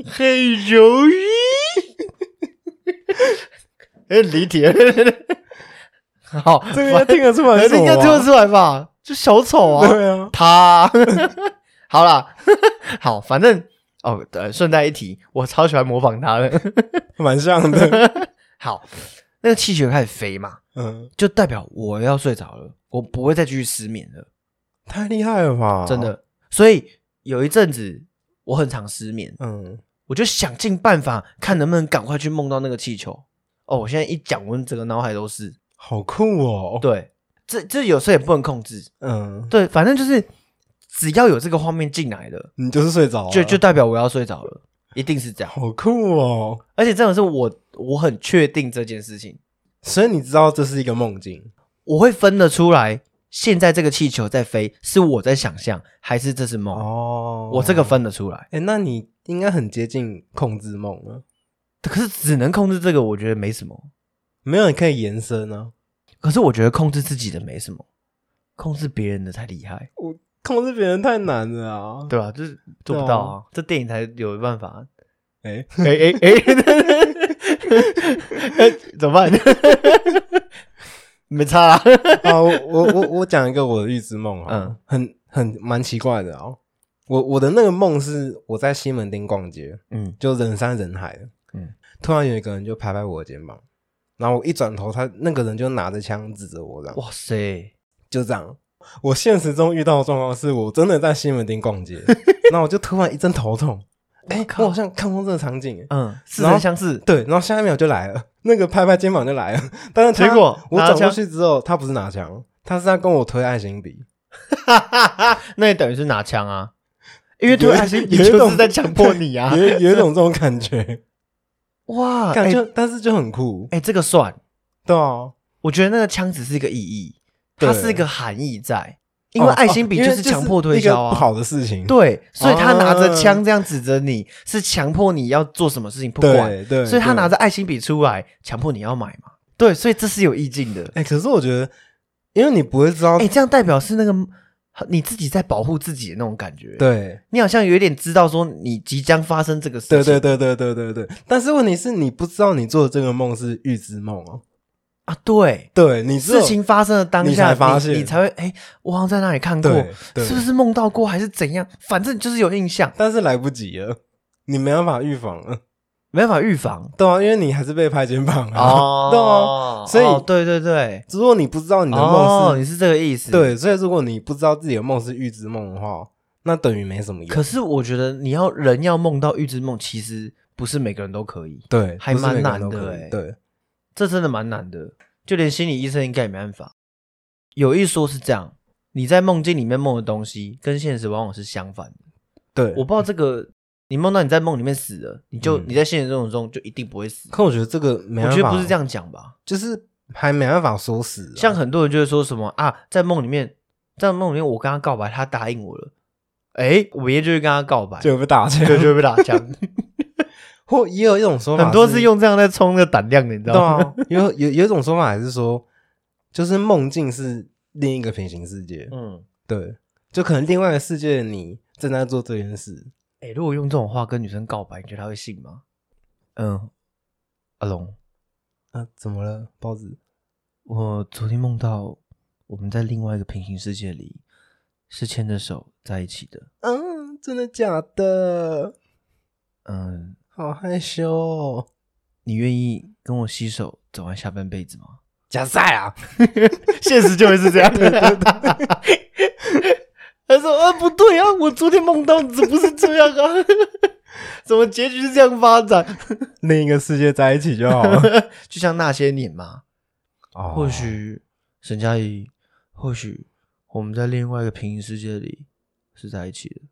很容易。哎，离题了。好，
这个应该听得出 来
反
是什
正应该
么
听得
吧？
出来吧？就小丑 啊，
对啊，
他 好啦， 好，反正哦，呃，顺带一提，我超喜欢模仿他的。
蛮像 的，
好，那个气球开始飞嘛，
嗯，
就代表我要睡着了，我不会再继续失眠了，
太厉害了吧？
真，的。所以有一阵子我很常失眠，
嗯，
我就想尽办法看能不能赶快去梦到那个气球。哦，我现在一讲，我整个脑海都是。
好酷哦，，
对，这这有时候也不能控制。
嗯，
对，反正就是只要有这个画面进来了，
你就是睡着了，
就就代表我要睡着了，一定是这样。
好酷哦，
而且真的是我，我很确定这件事情，
所以你知道这是一个梦境，
我会分得出来，现在这个气球在飞是我在想象，还是这是梦？
哦
我这个，分得出来，
哎，那你应该很接近控制梦啊了，
可是只能控制这个，我觉得没什么。
没有，你可以延伸啊，
可是我觉得控制自己的没什么，控制别人的才厉害，
控制别人太难了啊，
对吧？就是做不到啊，这电影才有办 法。
哎，
哎哎哎， 哎怎么办？ 没差啦。
啊，我我我我讲一个我的预知梦啊， 很
嗯
很蛮奇怪的啊。我我的那个梦是我在西门町逛街，
嗯
就人山人海的，
嗯
突然有一个人就拍拍我的肩膀，然后我一转头，他那个人就拿着枪指着我，这样
哇塞，
就这样。我现实中遇到的状况是我真的在西门町逛 街，那我就突然一阵头痛，哎、
靠
我好像看过这个场景耶，
嗯，似
然后
曾相识。
对，然后下一秒就来了， 那个拍拍肩膀就来了， 但是他
结果
我
拿
转过
枪
去之后，他不是拿枪，他是在跟我推爱心笔，
哈哈哈， 那也等于是拿枪啊，因为
有
对
一
爱心笔
有一种
就是在强迫你 啊。
有有一种这种感觉，
哇，
感
哎
觉、但是就很酷，
哎，这个算，
对啊，
我觉得那个枪只是一个意义，它
对
是一个含义在，因为
哦
爱心笔
哦因为
就是强迫推销
一个不
啊。
好的事情，
对，所以他拿着
啊
枪这样指着你，是强迫你要做什么事情不管，
对对，
所以他
对
拿着爱心笔出来，强迫你要买嘛。对，所以这是有意境 的。
哎、可是我觉得，因为你不会知道，
哎，这样代表是那个你自己在保护自己的那种感觉。，
对
你好像有一点知道说你即将发生这个事情。
对对对对对对对，但是问题是你不知道你做的这个梦是预知梦哦，
啊，对，
对你只有
事情发生的当下，
你才发现
你才会哎，我好像在那里看过，
对对，
是不是梦到过还是怎样？反正就是有印象，
但是来不及了，你没办法预防了，
没办法预防
对啊，因为你还是被拍肩膀啊，对啊，
哦
所以
哦对对对，
如果你不知道你的梦
哦，
是、
你是这个意思。，
对，所以如果你不知道自己的梦是预知梦的话，那等于没什么用，
可是我觉得你要人要梦到预知梦，其实不是每个人都可以，
对，
还
不是
蛮
每个人
难
都
的
可以
欸
对，
这真的蛮难的，就连心理医生应该也没办法。有一说是这样，你在梦境里面梦的东西跟现实往往是相反的。
对，
我不知道这个，你梦到你在梦里面死了，你就、
嗯
你在现实生活中就一定不会死。
可我觉得这个没
我
办法，
觉得不是这，样讲吧？
就是还没办法说死、啊，
像很多人就会说什么啊，在梦里面，在梦里面我跟他告白，他答应我了，哎，我爷就会跟他告白，
就被打枪，
就就会被打枪。
或也有一种说法，
很多是用这样在冲那个胆量的，你知
对
道吗？
啊，有有有一种说法还是说，就是梦境是另一个平行世界，
嗯，
对，啊就可能另外一个世界的你正在做这件事，
哎，如果用这种话跟女生告白，你觉得她会信吗？嗯，阿龙，
啊，怎么了，包子？
我昨天梦到我们在另外一个平行世界里是牵着手在一起的。
嗯，真的假的？
嗯，
好害羞、哦，
你愿意跟我携手走完下半辈子吗？
假赛啊！
现实就会是这样。他说：“啊，不对啊，我昨天梦到怎么是这样啊？ 怎么结局是这样发展？
另一个世界在一起就好 了。
就像那些年嘛，
哦
或许沈佳宜，或许我们在另外一个平行世界里是在一起的。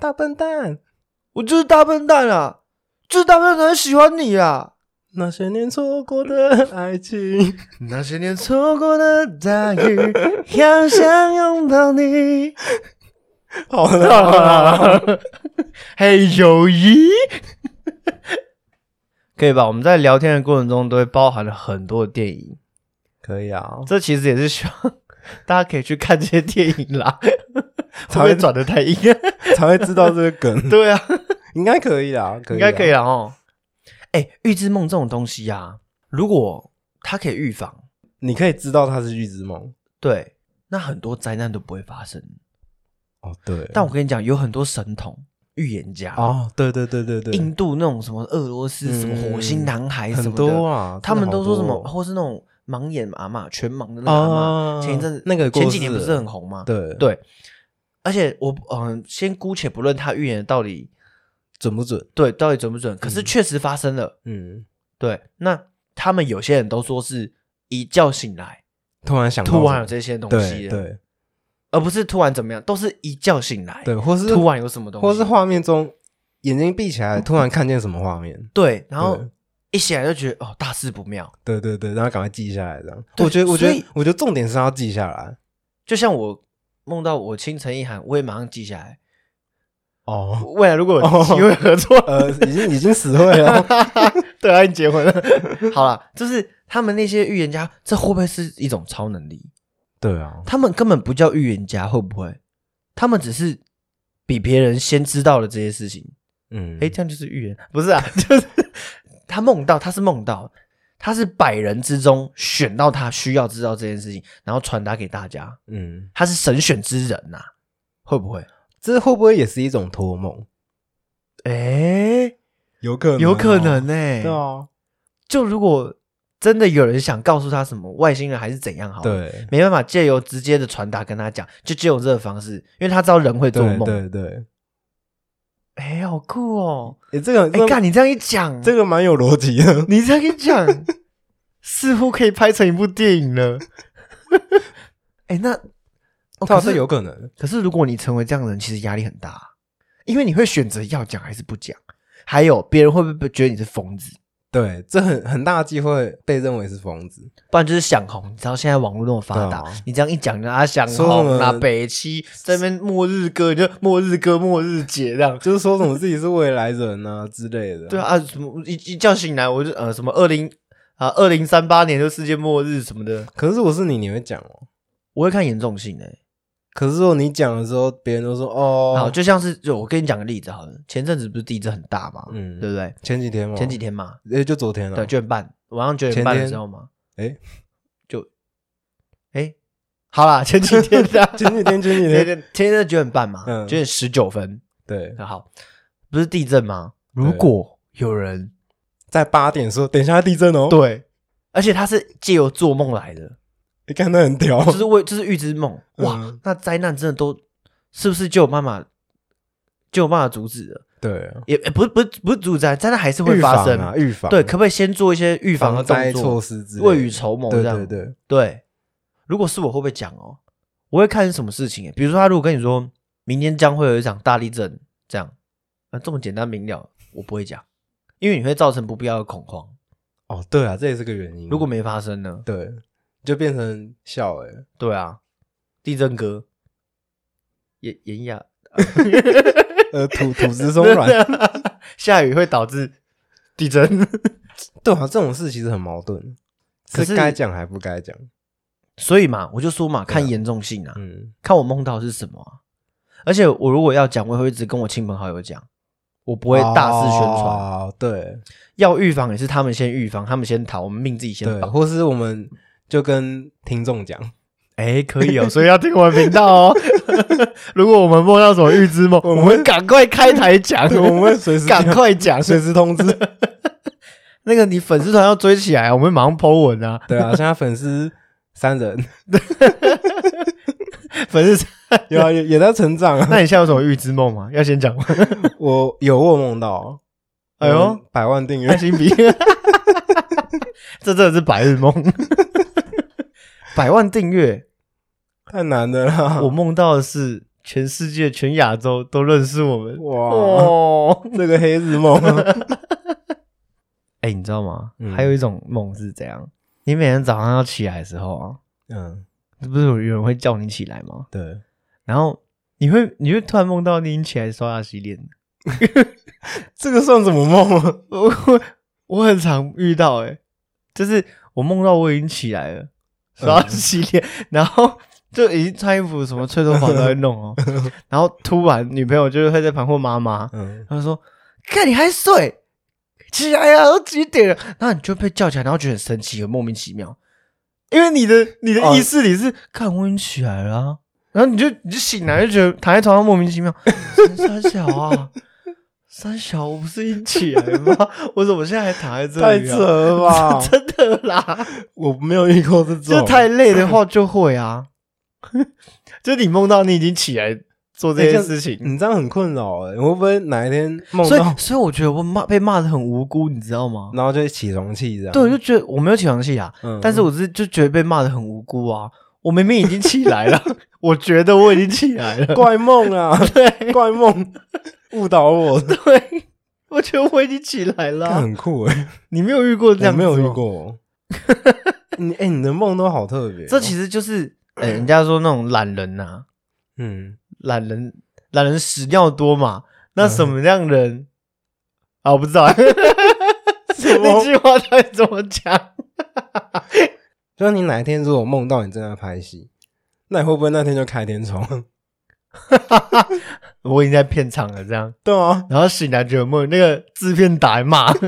大笨蛋，
我就是大笨蛋啊，就是大笨蛋才喜欢你啊！
那些年错过 的爱情，
那些年错过的大雨，好想拥抱你。
好了好了，好了
嘿，友谊， 可以吧？我们在聊天的过程中都会包含了很多的电影，
可以啊，
这其实也是希望大家可以去看这些电 影啦。
才
才
会
会转的太硬，
才会知道这个梗，
对啊，
应该可以啦， 可以
应该可以
啊。
了哦。哎、预知梦这种东西啊，如果它可以预防，
你可以知道它是预知梦
对，那很多灾难都不会发生。
哦，对，
但我跟你讲，有很多神童、预言家，
哦，对对对对
印
对，
度那种什么俄罗斯、什么火星男孩什
很
么的，
多啊，
他们都说什么，
真的好多
或是那种盲眼阿嬷、全盲的那个阿嬷，
哦啊，
前一阵子
那个
前
过
几年
世
不是
了
很红吗？
对
对，而且我嗯，先姑且不论他预言的到底
准不准？
对到底准不准，可是确实发生了。
嗯，
对，那他们有些人都说是一觉醒来，
突然想到
突然有
什
这些东
么对
西了，
对
而不是突然怎么样，都是一觉醒来，
对，或是
哎突然有什么东西，
或是画面中眼睛闭起来，突然看见什么画面？
对，然后
对
一醒来就觉得哦，大事不妙。
对对对，然后赶快记下来，这样。
对
我觉得，我觉
所以
得，我觉得重点是要记下来。
就像我梦到我清晨一喊，我也马上记下来。
哦，
未来如果有
哦
机会合作，
呃，哦已经已经死会 了。
对啊，已经结婚了。好了，就是他们那些预言家，这会不会是一种超能力？
对啊，
他们根本不叫预言家，会不会？他们只是比别人先知道了这些事情。
嗯，
哎，这样就是预言？不是啊，就是他梦到，他是梦到，他是百人之中选到他需要知道这件事情，然后传达给大家，
嗯，
他是神选之人呐、会不会？
这会不会也是一种托梦？
哎，
有可能，哦
有可能。呢、
对啊，
就如果真的有人想告诉他什么外星人还是怎样好，，
对，
没办法借由直接的传达跟他讲，就借由这个方式，因为他知道人会做
对
梦。
对对。
哎，好酷哦！
哎，这个，
哎，
这
干
个，
哦你这样一讲，
这个蛮有逻辑 的。
你这样一 讲，似乎可以拍成一部电影了。哎，那哦
他
可
是
是
啊有可能，
可是如果你成为这样的人，其实压力很大，因为你会选择要讲还是不讲，还有别人会不会觉得你是疯子？
对，这很很大的机会被认为是疯子。
不然就是想红。你知道现在网络那么发达，
对啊
你这样一讲，人家想
说什
红
么
啊，北七这边末日歌，你就末日歌、末日节这样。
就是说什么自己是未来人啊之类的。
对啊，啊什么一一觉醒来我就呃什么二零啊二零三八年就世界末日什么的，
可是我是你，你会讲哦。
我会看严重性诶、欸
可是如果你讲的时候，别人都说哦，
好，就像是就我跟你讲个例子好了，前阵子不是地震很大嘛，
嗯
对不对？
前几天嘛，
前几天嘛，
诶就昨天了。
哦
啊
对，啊九点半晚上九点
前
半的
天
时候嘛，
诶
就哎、好啦，前几天的、
前几天，前几
前
天，
天前天九点半嘛，
嗯
九点十九分。
对，
那好，不是地震吗？如果有人
在八点说，等一下地震哦。，
对，而且他是借由做梦来的，
你看他很屌，
就是为就是预知梦，哇
嗯，
那灾难真的都是不是就有办法就有办法阻止了？
对，啊
也也不是不是不是阻止啊，灾难还是会
预
发
防
生
啊，预防，
对，可不可以先做一些预防的
防灾
动作
措施之类的
未雨绸缪这
对对
样？
对，
对如果是我会不会讲哦？我会看是什么事情欸，比如说他如果跟你说明天将会有一场大地震，这样，那这么简单明了，我不会讲，因为你会造成不必要的恐慌。
哦，对啊，这也是个原因。
如果没发生呢？
对，就变成笑哎，
对啊，地震哥，炎炎亚
呃，土土质松 软，，
下雨会导致地震。
对啊，这种事其实很矛盾，
可是
是该讲还不该讲。
所以嘛，我就说嘛，看严重性啊，
嗯，
看我梦到是什么啊、而且我如果要讲，我也会一直跟我亲朋好友讲，我不
不
会大肆宣传。
哦，对
要预防也是他们先预防，他们先逃，我们命自己先
对，
保。
或是我们就跟听众讲，
哎，可以哦，所以要听我们频道哦。 如果我们梦到什么预知梦，我
我们
们会赶快开台讲，
对，我们会随时
赶快讲。
随时 通知。
那个你粉丝团要追起来，我们马上 Po 文啊，
对啊，现在粉丝三人，
粉丝
有啊，也也在成长啊。
那你现在有什么预知梦吗？要先讲吗？
我有我梦到，
哎呦
嗯，百万订阅
开，心笔， 这真的是白日梦。 百万订阅，
太难的啦。
我梦到的是全世界、全亚洲都认识我们。
哇，
哦，
这个黑日 梦，
哎、你知道吗？
嗯
还有一种梦是怎样？你每天早上要起来的时候啊，
嗯，
不是有人会叫你起来吗？
对，
然后你会，你会突然梦到你已经起来刷牙洗脸。
这个算什么梦啊？
我 我很常遇到、欸，就是我梦到我已经起来
嗯
了，刷牙洗脸，然后就已经穿衣服，什么吹头发都在弄 哦。然后突然女朋友就会在旁问妈妈，
嗯，
他说：“看你还睡，起来呀、都几点了？”啊然后你就被叫起来，然后觉得很神奇，很莫名其妙，因为你的你的
哦
意识里是看我已经起来了啊、然后你就你就醒来就觉得躺在床上莫名其妙，三小啊， 三小，我不是已经起来了吗？ 我怎么现在还躺在这
太
里、
扯
啊？
了吧！
真的啦，
我没有遇过这种，
就太累的话就会啊， 就你梦到你已经起来做这
哎这
件
样
事情，
你这样很困扰哎、你会不会哪一天梦
嗯所以
到，
所以我觉得我骂被骂的很无辜，你知道吗？
然后就起容器这样？
对，我就觉得我没有起床气啊，
嗯
但是我只是就觉得被骂的很无辜啊。我明明已经起来了， 我觉得我已经起来了，
怪梦啊，怪梦误导我，
对，啊我觉得我已经起来了
那
啊。
很酷哎、
你没有遇过这
我
样？哦
没有遇。过。你哎、你的梦都好特别哦、
这其实就是，哎、人家说那种懒人呐、
嗯，
懒人，懒人屎尿多嘛。那什么样人、啊？我不知道， 那句话到底怎么讲？
就是你哪一天如果梦到你正在拍戏，那你会不会那天就开天窗？
我已经在片场了，这样。
对啊，
然后醒来觉得梦，那个制片打来骂，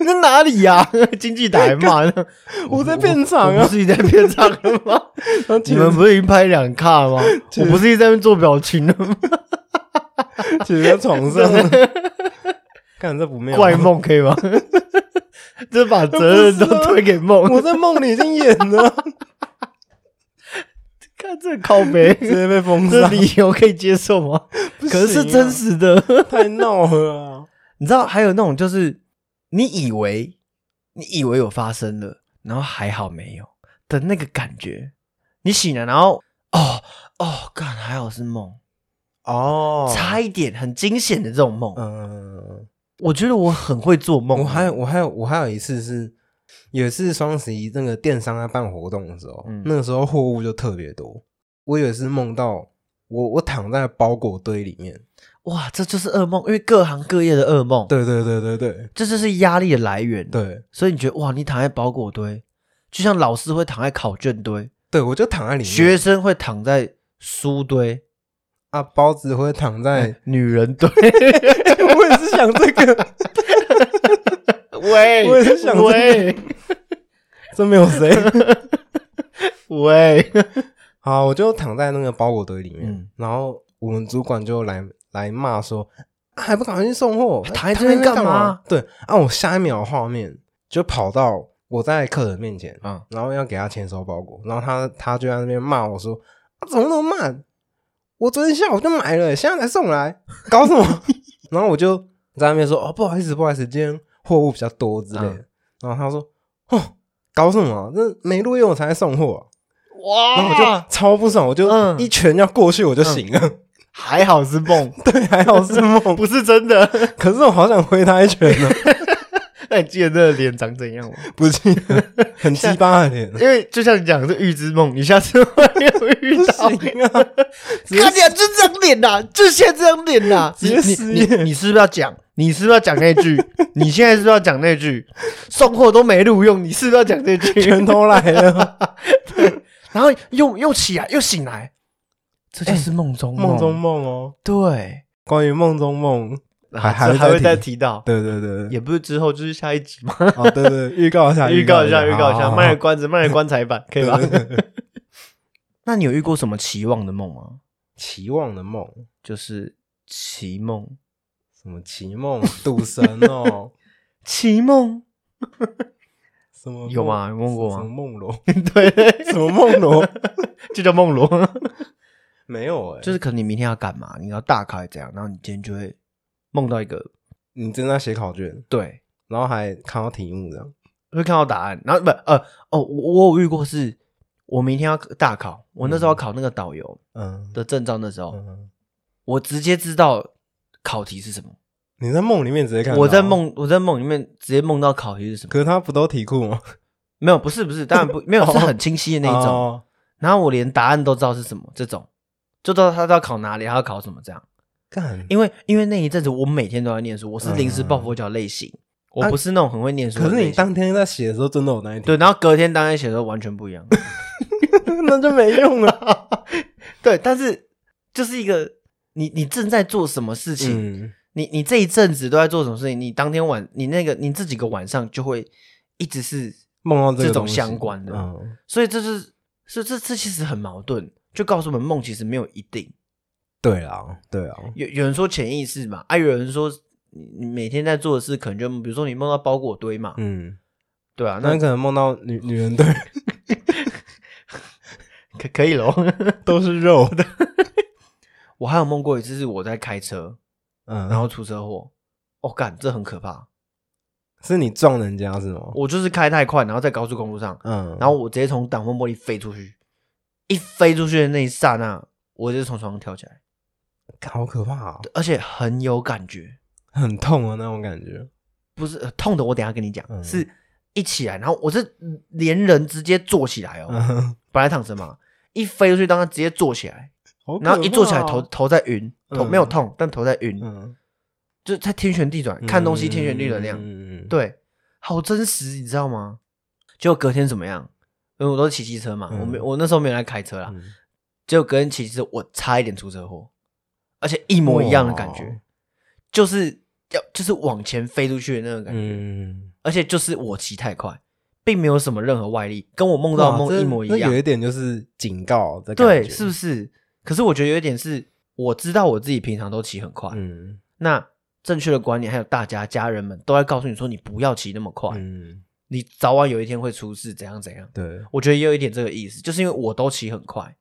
那哪里呀、 经纪打来骂，
我在片场啊
我不是已经在片场了吗？
然后起
你们不是已经拍两卡了吗？我不是一直在那边做表情了吗？
起在床上， 看这不妙，
怪！梦可以 吗？就把责任都推给梦
我，在梦里已经演了，
看这个靠背，
直接被封
这
杀，
理由可以接受吗？
不行啊
可是是真实的，
太闹了啊！
你知道还有那种就是你以为你以为有发生了，然后还好没有的那个感觉，你醒了，然后哦哦，干还好是梦，
哦
差一点很惊险的这种梦，
嗯，
我觉得我很会做梦，
我还有我还有我还有一次是，也是双十一那个电商在办活动的时候，
嗯
那个时候货物就特别多。我也是梦到我我躺在包裹堆里面，
哇，这就是噩梦，因为各行各业的噩梦，，
对对对对对
这就是压力的来源，，
对
所以你觉得哇，你躺在包裹堆，就像老师会躺在考卷堆，
对，我就躺在里面。
学生会躺在书堆，，
啊，包子会躺在
女人堆。
我也是想这 个，
喂，
我也是想这个
喂
真没有谁。
喂，
好，我就躺在那个包裹堆里面，
嗯
然后我们主管就来来骂说，啊还不赶快去送货，
啊躺在这边干嘛
对，啊，我下一秒画面就跑到我在客人面前，
啊，
然后要给他签收包裹，然后他他就在那边骂我说，啊，怎么那么慢？我昨天下午就买了，现在才送来，搞 什么？然后我就在那边说，哦，不好意思，不好意思，今天货物比较多之类的。
嗯
然后他说，哦，搞什么？那没录用我才送货啊、然后我
哇
就，超不爽，我就
哦嗯
一拳要过去，我就醒了。
还好是梦，
对，还好
嗯
是梦，
哦 不是真的。
可是我好想回他一拳呢，
那你记得那个脸长怎样吗？
不 记得，很鸡巴的脸，
因为就像你讲的是预知梦，你下次会有遇
不
到。
行 啊！直接
看你啊，就这张脸呐，就现在这张脸呐，
直接失
你
业
你你是不是要讲？你是不是要讲那句？你现在是不是要讲那句？送货都没录用，你是不是要讲这句？
拳头来了，
然后又又起来，又醒来，这就是哎梦中
梦中梦哦。
对。
关于梦中梦，还
还
还
还
会
会再
再，
提到，
对对对，对
也不是之后就是下一集嘛，
哦对对，预告一下， 啊
预告一下，预告一下，卖
卖
点关子，卖点棺材板，可以吧？
吧？
那你有遇过什么期望的梦吗？
期望的梦，
就是奇梦，
什么奇 梦、赌神哦，
奇梦，
什么梦
有吗有梦过吗啊
什么梦罗？
对，
什么梦罗？
就叫梦罗。
没有哎、
就是可能你明天要干嘛，你要大考还是怎样，然后你今天就会梦到一个
你正在写考卷，
对，
然后还看到题目这样，
会看到答案，然后不呃哦，我我有遇过是，我明天要大考，我那时候要考那个导游
嗯
的证照，那时候、
嗯，
我直接知道考题是什么，
你在梦里面直接看，
我在，梦我在梦里面直接梦到考题是什么，
可是他不都题库吗？
没有不是不是，当然不没有是很清晰的那一种，
哦
然后我连答案都知道是什么，这种就知道他要考哪里，他要考什么这样，
干，
因为因为那一阵子我每天都在念书，我是临时抱佛脚类型，我不是那种很会念书
嗯
的
啊可
类型，
是你当天在写的时候真的有那一题，
对，然后隔天当天写的时候完全不一样。
那就没用了。
对，但是就是一个你你正在做什么事情，
嗯，
你你这一阵子都在做什么事情，你当天晚你那个你这几个晚上就会一直是，
梦到这
这
个
种
东西
相关的
嗯，
所以这就是是这这其实很矛盾，就告诉我们梦其实没有一定，
对啦，对啊，
有有人说潜意识嘛，啊有人说你你每天在做的事可能就比如说你梦到包裹堆嘛，
嗯，
对啊，
那
那
你可能梦到女女人对
可可以咯。
都是肉的，
我还有梦过一次是我在开车，
嗯，
然后出车祸，哦干，这很可怕，
是你撞人家是吗？
我就是开太快，然后在高速公路上。
嗯，
然后我直接从挡风玻璃飞出去，一飞出去的那一刹那，我就从床上跳起来，
干好可怕哦，
而且很有感觉，
很痛啊那种感觉，
不是呃痛的，我等一下跟你讲，
嗯
是一起来，然后我是连人直接坐起来哦，
嗯，
本来躺着嘛，一飞出去，当他直接坐起来，
好可
然后一坐起来
怕
头
哦，
头在晕，头
嗯
没有痛，但头在晕，
嗯，
就在天旋地转，看东西天旋地转那样，
嗯，
对，好真实，你知道吗？结果隔天怎么样？因为我都是骑机车嘛，我没
嗯
我那时候没有来开车啦，
嗯
结果隔天骑车，我差一点出车祸，而且一模一样的感
哇
觉，就是要就是往前飞出去的那种感觉，
嗯，
而且就是我骑太快，并没有什么任何外力，跟我梦到的
哇
梦
这
一模一
这
样
有一，点就是警告的感
对，
觉
是不是？可是我觉得有一点是，我知道我自己平常都骑很快，
嗯
那正确的观念还有大家家人们都在告诉你说，你不要骑那么快，
嗯，
你早晚有一天会出事，怎样怎样。
对，
我觉得也有一点这个意思，就是因为我都骑很快，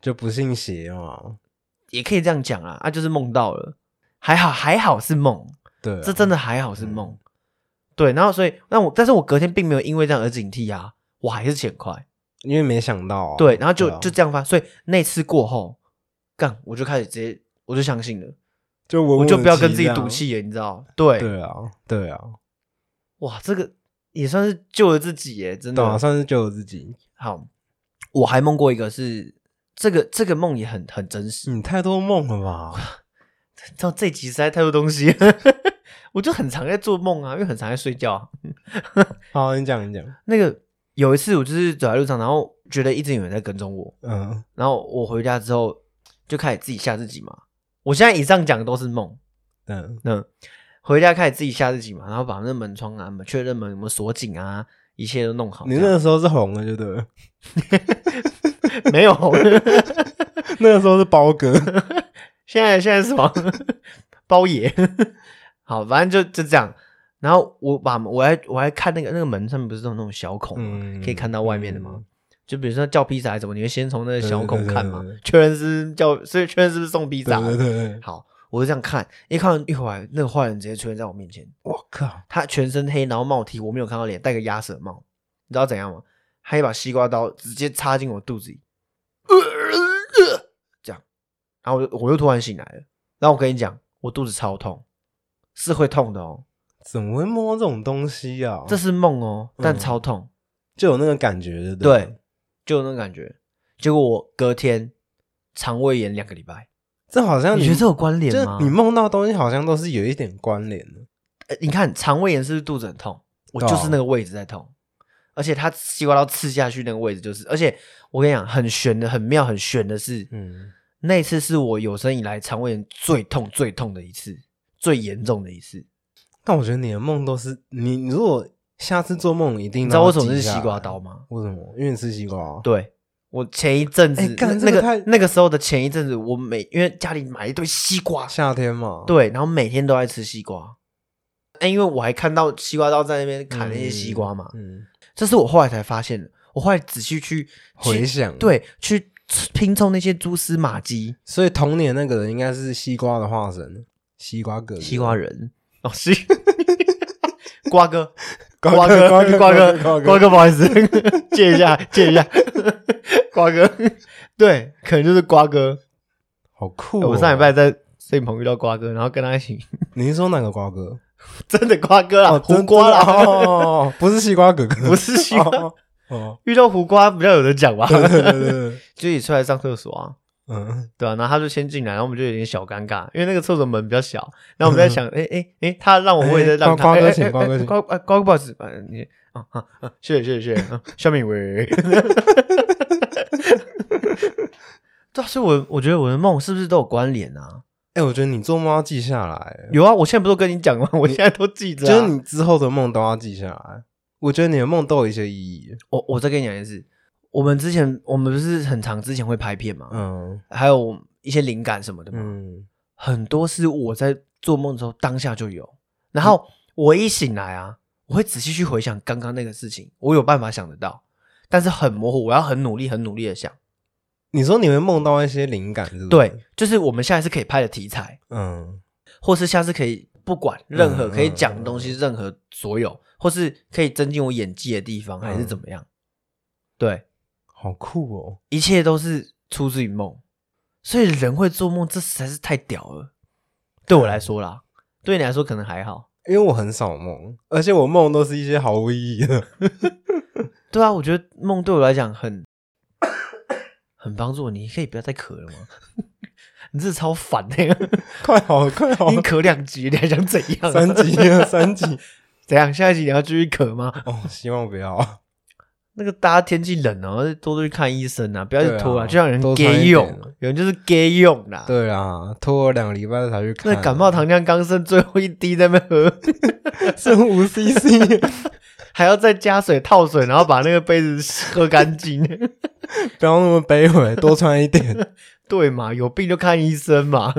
就不信邪嘛，
也可以这样讲啦，啊，就是梦到了，还好还好是梦，
对啊，
这真的还好是梦，对，然后所以那我，但是我隔天并没有因为这样而警惕啊，我还是潜快，
因为没想到啊，
对，然后就、
啊
就这样发，所以那次过后，干我就开始直接我就相信了，
就我
我就不要跟自己赌，气了，你知道？对，
啊对啊，对啊，
哇，这个也算是救了自己耶，真的。
懂啊，算是救了自己，
好，我还梦过一个是这个这个梦也很很真实，
你太多梦了吧？
知道这集实在太多东西了， 我就很常在做梦啊，因为很常在睡觉啊、
好，你讲，你讲，
那个有一次，我就是走在路上，然后觉得一直有人在跟踪我，
嗯
然后我回家之后就开始自己吓自己嘛。我现在以上讲的都是梦，
嗯
嗯，回家开始自己吓自己嘛，然后把那门窗啊、确认门有没有锁紧啊，一切都弄好。
你那个时候是红的，就对了，
这样没有？
那个时候是包 哥，
现在现在是什么？包爷。 好，反正就就这样。然后我把我还我还看那个那个门上面不是都有那种小孔吗？
嗯
可以看到外面的吗？
嗯
就比如说叫披萨还是什么，你会先从那个小孔看
对
嘛
对对对，
确认是叫，所以确认是不是送披
对
萨。
对对对，
好，我就这样看，一看完一会儿，那个坏人直接出现在我面前，
我靠，
他全身黑，然后帽 T，我没有看到脸，戴个鸭舌帽，你知道怎样吗？他一把西瓜刀直接插进我肚子里，呃这样，然后我就我又突然醒来了，然后我跟你讲，我肚子超痛，是会痛的哦，
怎么会摸这种东西啊？
这是梦哦，但
嗯
超痛，
就有那个感觉，对不
对，就有那种感觉。结果我隔天肠胃炎两个礼拜，
这好像
你觉得这有关联吗
就？你梦到东西好像都是有一点关联的，
呃你看肠胃炎是不是肚子很痛？我
对啊
就是那个位置在痛，而且它西瓜刀刺下去那个位置就是，而且我跟你讲，很悬的，很妙，很悬的是，
嗯，
那一次是我有生以来肠胃炎最痛、最痛的一次，最严重的一次。
但我觉得你的梦都是你，你如果下次做梦一定
你知道为什
让
么
它
是
记下
西
来
瓜刀？吗？
为什么？因为你吃西瓜啊，
对我前一阵子、
哎干
那那
这个
个
太
那个时候的前一阵子，我每因为家里买一堆西瓜，
夏天嘛，
对，然后每天都在吃西瓜。哎，因为我还看到西瓜刀在那边
嗯，
砍那些西瓜嘛，
嗯，
这是我后来才发现的。我后来仔细去去
回想，
对，去拼凑那些蛛丝马迹。
所以童年那个人应该是西瓜的化身，西瓜哥哥，
西瓜人哦，西 瓜哥，
瓜
瓜
哥，瓜
哥，
瓜
瓜哥，
瓜
瓜，哥，不好意思，借一下，借一下，瓜哥，对，可能就是瓜哥。
好酷哦！
我上礼拜在摄影棚遇到瓜哥，然后跟他一起，
你是说哪个瓜哥？
真的瓜哥啦，
哦，
啊胡
真
瓜
真的
啦，
哦，不是西瓜哥哥，
不是西瓜，
哦哦，
遇到胡瓜比较有的讲吧，
对对对对，
就一起出来上厕所啊。
嗯，
对啊，然后他就先进来，然后我们就有点小尴尬，因为那个厕所门比较小。然后我们 在想，哎哎哎，诶他让我，我也在让
哎瓜瓜
他。
哥
诶
请
诶诶
瓜哥
诶
请
瓜呃瓜哥不好意思，呃你啊啊啊，谢谢谢谢谢谢，啊肖敏伟。 对啊，所以我我觉得我的梦是不是都有关联啊？
哎，我觉得你做梦要记下来，
有啊，我现在不是都跟你讲吗？我现在都记着、啊。
就是你之后的梦都要记下来。我觉得你的梦都有一些意义。
我我再跟你讲一次，我们之前我们不是很长之前会拍片嘛，
嗯
还有一些灵感什么的嘛，
嗯，
很多是我在做梦的时候当下就有，
嗯
然后我一醒来啊，我会仔细去回想刚刚那个事情，我有办法想得到，但是很模糊，我要很努力、很努力的想。
你说你会梦到一些灵感，是不是？
对，，就是我们下一次可以拍的题材，
嗯
或是下次可以不管任何
嗯
可以讲的东西，任何所有，或是可以增进我演技的地方，还
嗯
是怎么样？对，
好酷哦！
一切都是出自于梦，所以人会做梦，这实在是太屌了。对我来说啦，对你来说可能还好。
因为我很少梦，而且我梦都是一些毫无意义的。
对啊，我觉得梦对我来讲很很帮助我。你可以不要再咳了吗？ 你这超烦的、
快好，快好
你，咳两集，你还想怎样、啊？
三级了，三级。
怎样？下一集你要继续咳吗？
哦，希望不要。
那个大家天气冷哦，多多去看医生啊，不要去拖
对
了、
啊
就像有人
多穿
gay
一点
用，啊有人就是 gay 用啦。
对啦，拖了两个礼拜才去看。啊
那感冒糖浆刚剩最后一滴在那边喝，
生无 CC，
还要再加水套水，然后把那个杯子喝干净，
不要那么卑微，多穿一点。
对嘛？有病就看医生嘛。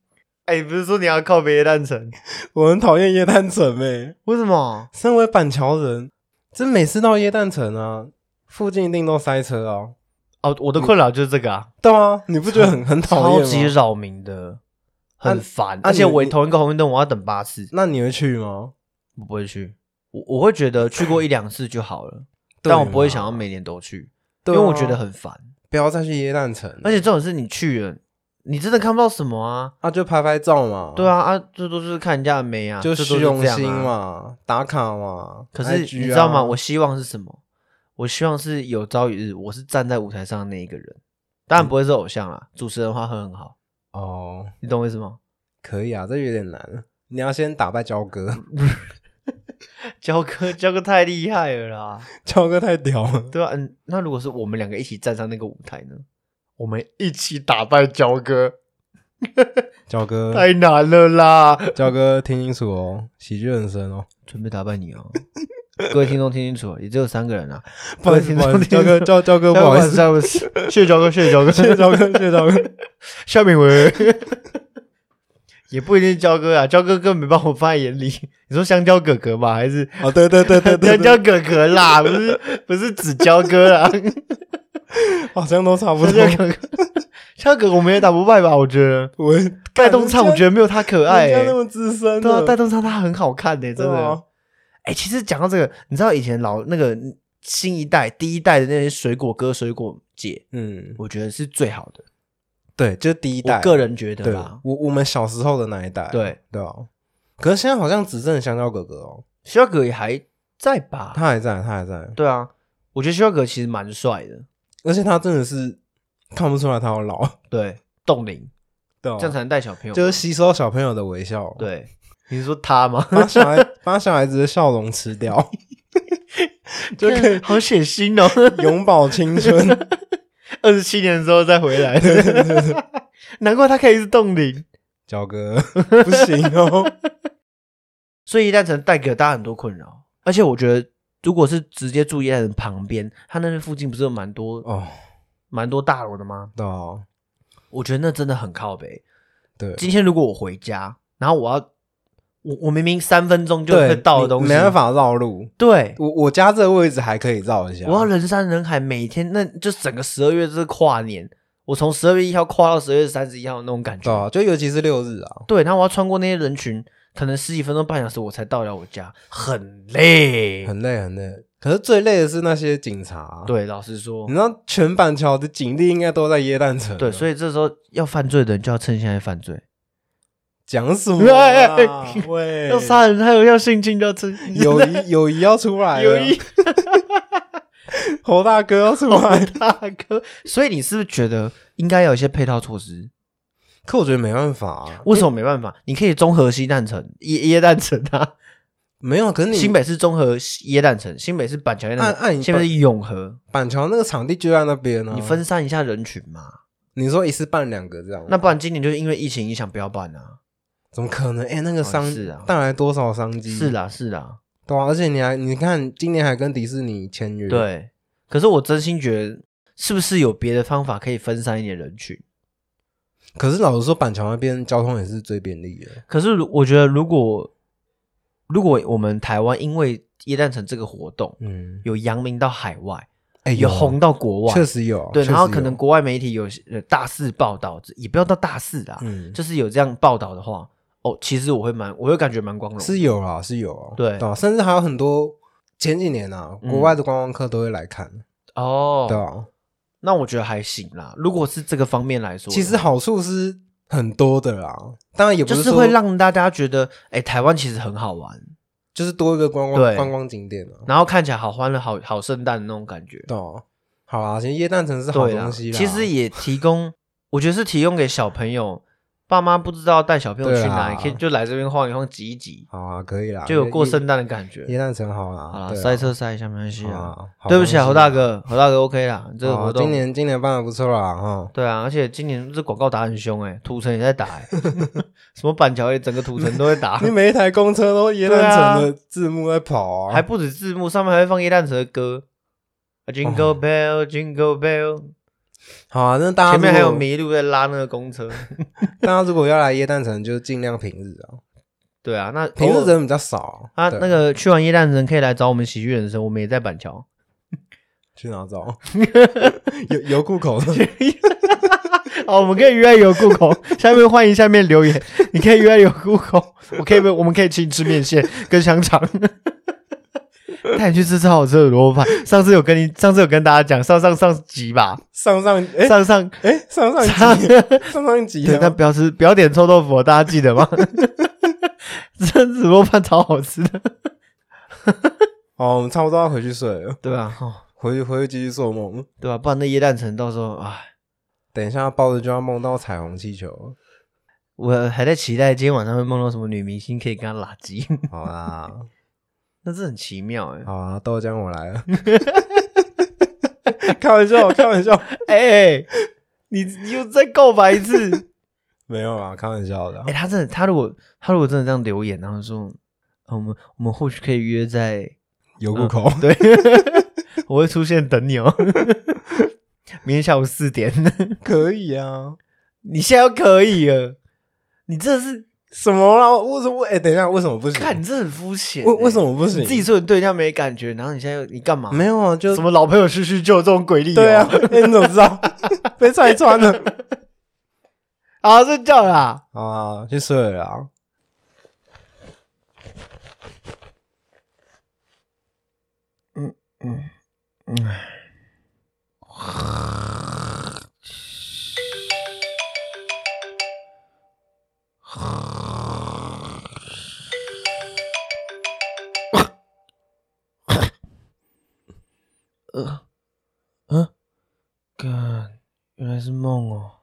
哎、不是说你要靠别的蛋城？
我很讨厌叶丹城诶，
为什么？
身为板桥人，这每次到叶丹城啊，附近一定都塞车啊。
哦，我的困扰就是这个啊，
对啊，你不觉得很很讨
超
厌
级
吗？
扰民的，很烦。
啊
而且
你
我
你
同一个红绿灯，我要等八次，
那你会去吗？
我不会去。我我会觉得去过一两次就好 了，
对
但我不会
嘛
想要每年都去，因
对
为我
啊
觉得很烦。
不要再去耶诞城，
而且这种是你去了，你真的看不到什么啊。
啊就拍拍照嘛，
对，啊啊，最多就是看人家的美啊，
就
最多
虚荣
这样啊
心。嘛，打卡嘛。
可
IG
是
啊
你知道吗？我希望是什么？我希望是有朝一日，我是站在舞台上的那一个人。当然不会是偶像啦，主持人的话会很好，
哦，
你懂我意思吗？
可以啊，这有点难，你要先打败焦哥，
焦哥，焦哥太厉害了啦！
焦哥太屌了，
对啊，嗯，那如果是我们两个一起站上那个舞台呢？我们一起打败焦哥，
焦哥，
太难了啦！
焦哥听清楚哦，喜剧人生哦，
准备打败你哦，各位听众听清楚，也只有三个人啊。
不好意思，不好意思，焦哥，焦焦哥，不
不
好
好
意
意
思
思，，不好意思， 谢谢焦哥，谢谢焦哥，
谢谢焦哥，谢谢焦 哥，
夏敏维。也不一定是焦哥啊，焦哥根本没把我放在眼里。你说香蕉哥哥吗？还是
哦，对对对对对，
香
对
蕉哥哥啦？不是，不是指焦哥啦。
好像都差不
香
多
蕉，哥哥，香蕉哥哥我们也打不败吧？我觉得。
我
戴东唱我觉得没有他可爱、
人家那
欸，
么资深
对啊，
的，
戴东唱他很好看呢、真
对
的
啊。
哎、其实讲到这个，你知道以前老那个新一代、第一代的那些水果哥、水果姐，
嗯，
我觉得是最好的。
对，就第一代，
我个人觉得
对，
啦，
我我们小时候的那一代，
对，
对啊。可是现在好像只剩香蕉哥哥哦，
肖哥也还在吧？
他还在，他还在，
对啊，我觉得肖哥其实蛮帅的。
而且他真的是看不出来他有老，
对，冻龄
对啊
这样才能带小朋友。
就是吸收小朋友的微笑，，
对，你是说 他吗？
把小孩把小孩子的笑容吃掉，就可以
好血腥哦！
永葆青春。
二十七年之后再回来， 难怪他可以是冻龄。
焦哥不行哦，
所以一代城带给大家很多困扰，而且我觉得，如果是直接住一代城旁边，他那边附近不是有蛮多
哦，
蛮多大楼的吗？
对啊，
我觉得那真的很靠北。
对，
今天如果我回家，然后我要我我明明三分钟就
对
会到的
你
东西，
没办。法绕路。
对，
我我家这个位置还可以绕一下，
我要人山人海，每天那就整个十二月就是跨年，我从十二月一号跨到十二月三十一号那种感觉。
对啊，就尤其是六日啊，
对，然后我要穿过那些人群，可能十几分钟、半小时我才到了我家，很累。
很累很累。可是最累的是那些警察、啊，，
对，老实说
你，知道全板桥的警力应该都在耶诞城，
对，所以这时候要犯罪的人就要趁现在犯罪，
讲什么
哎
啊
哎哎？
喂，
要杀人还有要性侵就要趁
友谊友谊要出来
有
了，
一
侯大哥要出来。
大哥， 所以你是不是觉得应该有一些配套措施？
可我觉得没办法、啊，
为什么没办法？你可以综合西蛋城、耶耶蛋城啊，
没有。可是你啊
新北是综合耶蛋城，新北是板桥耶蛋
按按
城，
你
现在是永和，
板桥那个场地就在那边呢、
你分散一下人群嘛。
你说一次办两个这样，
那不然今年就是因为疫情影响不要办啊。
怎么可能？哎、那个商、
是啊
带来多少商机？
是，啦，是啦，
对啊。而且你还你看，今年还跟迪士尼签约，，
对。可是我真心觉得，是不是有别的方法可以分散一点人群？
可是老实说，板桥那边交通也是最便利的。
可是如我觉得，如果如果我们台湾因为耶诞城这个活动
嗯，
有扬名到海外，
哎、
有
啊
红，到国外，
确实有啊。
对，
确实
然后可能
有
国外媒体有呃大肆报道，也不要到大肆啦，
嗯
就是有这样报道的话，哦，其实我会蛮，我会感觉蛮光荣。
是有啊，是有啊，
对
啊，甚至还有很多前几年啊，
嗯
国外的观光客都会来看，
哦，
对啊。
那我觉得还行啦。如果是这个方面来说的话，
其实好处是很多的啦，当然也不
就是是
说嗯
会让大家觉得，哎，台湾其实很好玩，
就是多一个观光
对
观光景点啊，
然后看起来好欢乐、好好圣诞的那种感觉。
对啊。好啦，其实椰蛋城是好
对啦，
东西啦，
其实也提供，我觉得是提供给小朋友，爸妈不知道带小朋友
对
去
啦
哪里，可以就来这边晃一晃、挤一挤，
好啊，可以啦，
就有过圣
椰
诞的感觉。
椰蛋城好啦，
好了，
对啊
塞车塞一下没关系
好
啊。
啊，好
对不起
东
啊，
西
侯大，哥，侯大哥 OK 啦，这个
好啊
活动。
今年今年办的不错啦，哈，
对啊，而且今年这广告打很凶哎、土城也在打哎、 什么板桥也整个土城都在打，
你每一台公车都椰蛋城的
啊
字幕在跑啊，
还不止字幕上面还会放夜蛋城的歌啊，Jingle Bell Jingle Bell，、
好啊，那大家
前面还有
如果
麋鹿在拉那个公车。
大家如果要来椰蛋城，就尽量平日 啊，
对啊，那
平
偶
日
尔
人比较少
啊，
对
那个去完夜蛋城可以来找我们喜剧人生，我们也在板桥。
去哪
哦
找？油油库口 的
哦，我们可以约在油库口， 下面欢迎下面留言， 你可以约在油库口， 我可以我们可以请你吃面线跟香肠， 带你去吃超好吃的萝卜饭。上次有跟你，上次有跟大家讲，上上上集吧，
上 上哎
上上
哎上上
上
集上上集
对，
啊
但不要吃，不要点臭豆腐哦，大家记得吗？ 这紫萝卜饭超好吃的，
哦，我们差不多要回去睡了，
对啊，哦，
回去回去继续做梦。
对啊吧、不然那椰蛋城到时候，哎，
等一下抱着就要梦到彩虹气球，
我还在期待今天晚上会梦到什么女明星可以跟她拉鸡，
好啦，
那是很奇妙哎、
好啊，豆浆我 来了，开玩笑，开玩笑，
哎、你你又再告白一次。
没有啊，开玩笑的啊
哎、，他真的，他如果他如果真的这样留言，然后说，呃我们我们或许可以约在，
油库口，
对，我会出现等你哦， 明天下午四点，
可以啊，
你现在又可以了，你真的是，
什么啦？为什么？哎，等一下，为什么不行？
看你真的很肤浅、
为为什
么？
么不行？
你自己说你对人家没感觉，然后你现在又你干嘛？
没有啊，就
什么老朋友叙叙旧这种鬼理由？
对啊，哎，你怎么知道？ 被拆穿了。
啊，睡觉啦。
好啊，去睡了啊。
干，原来是梦哦。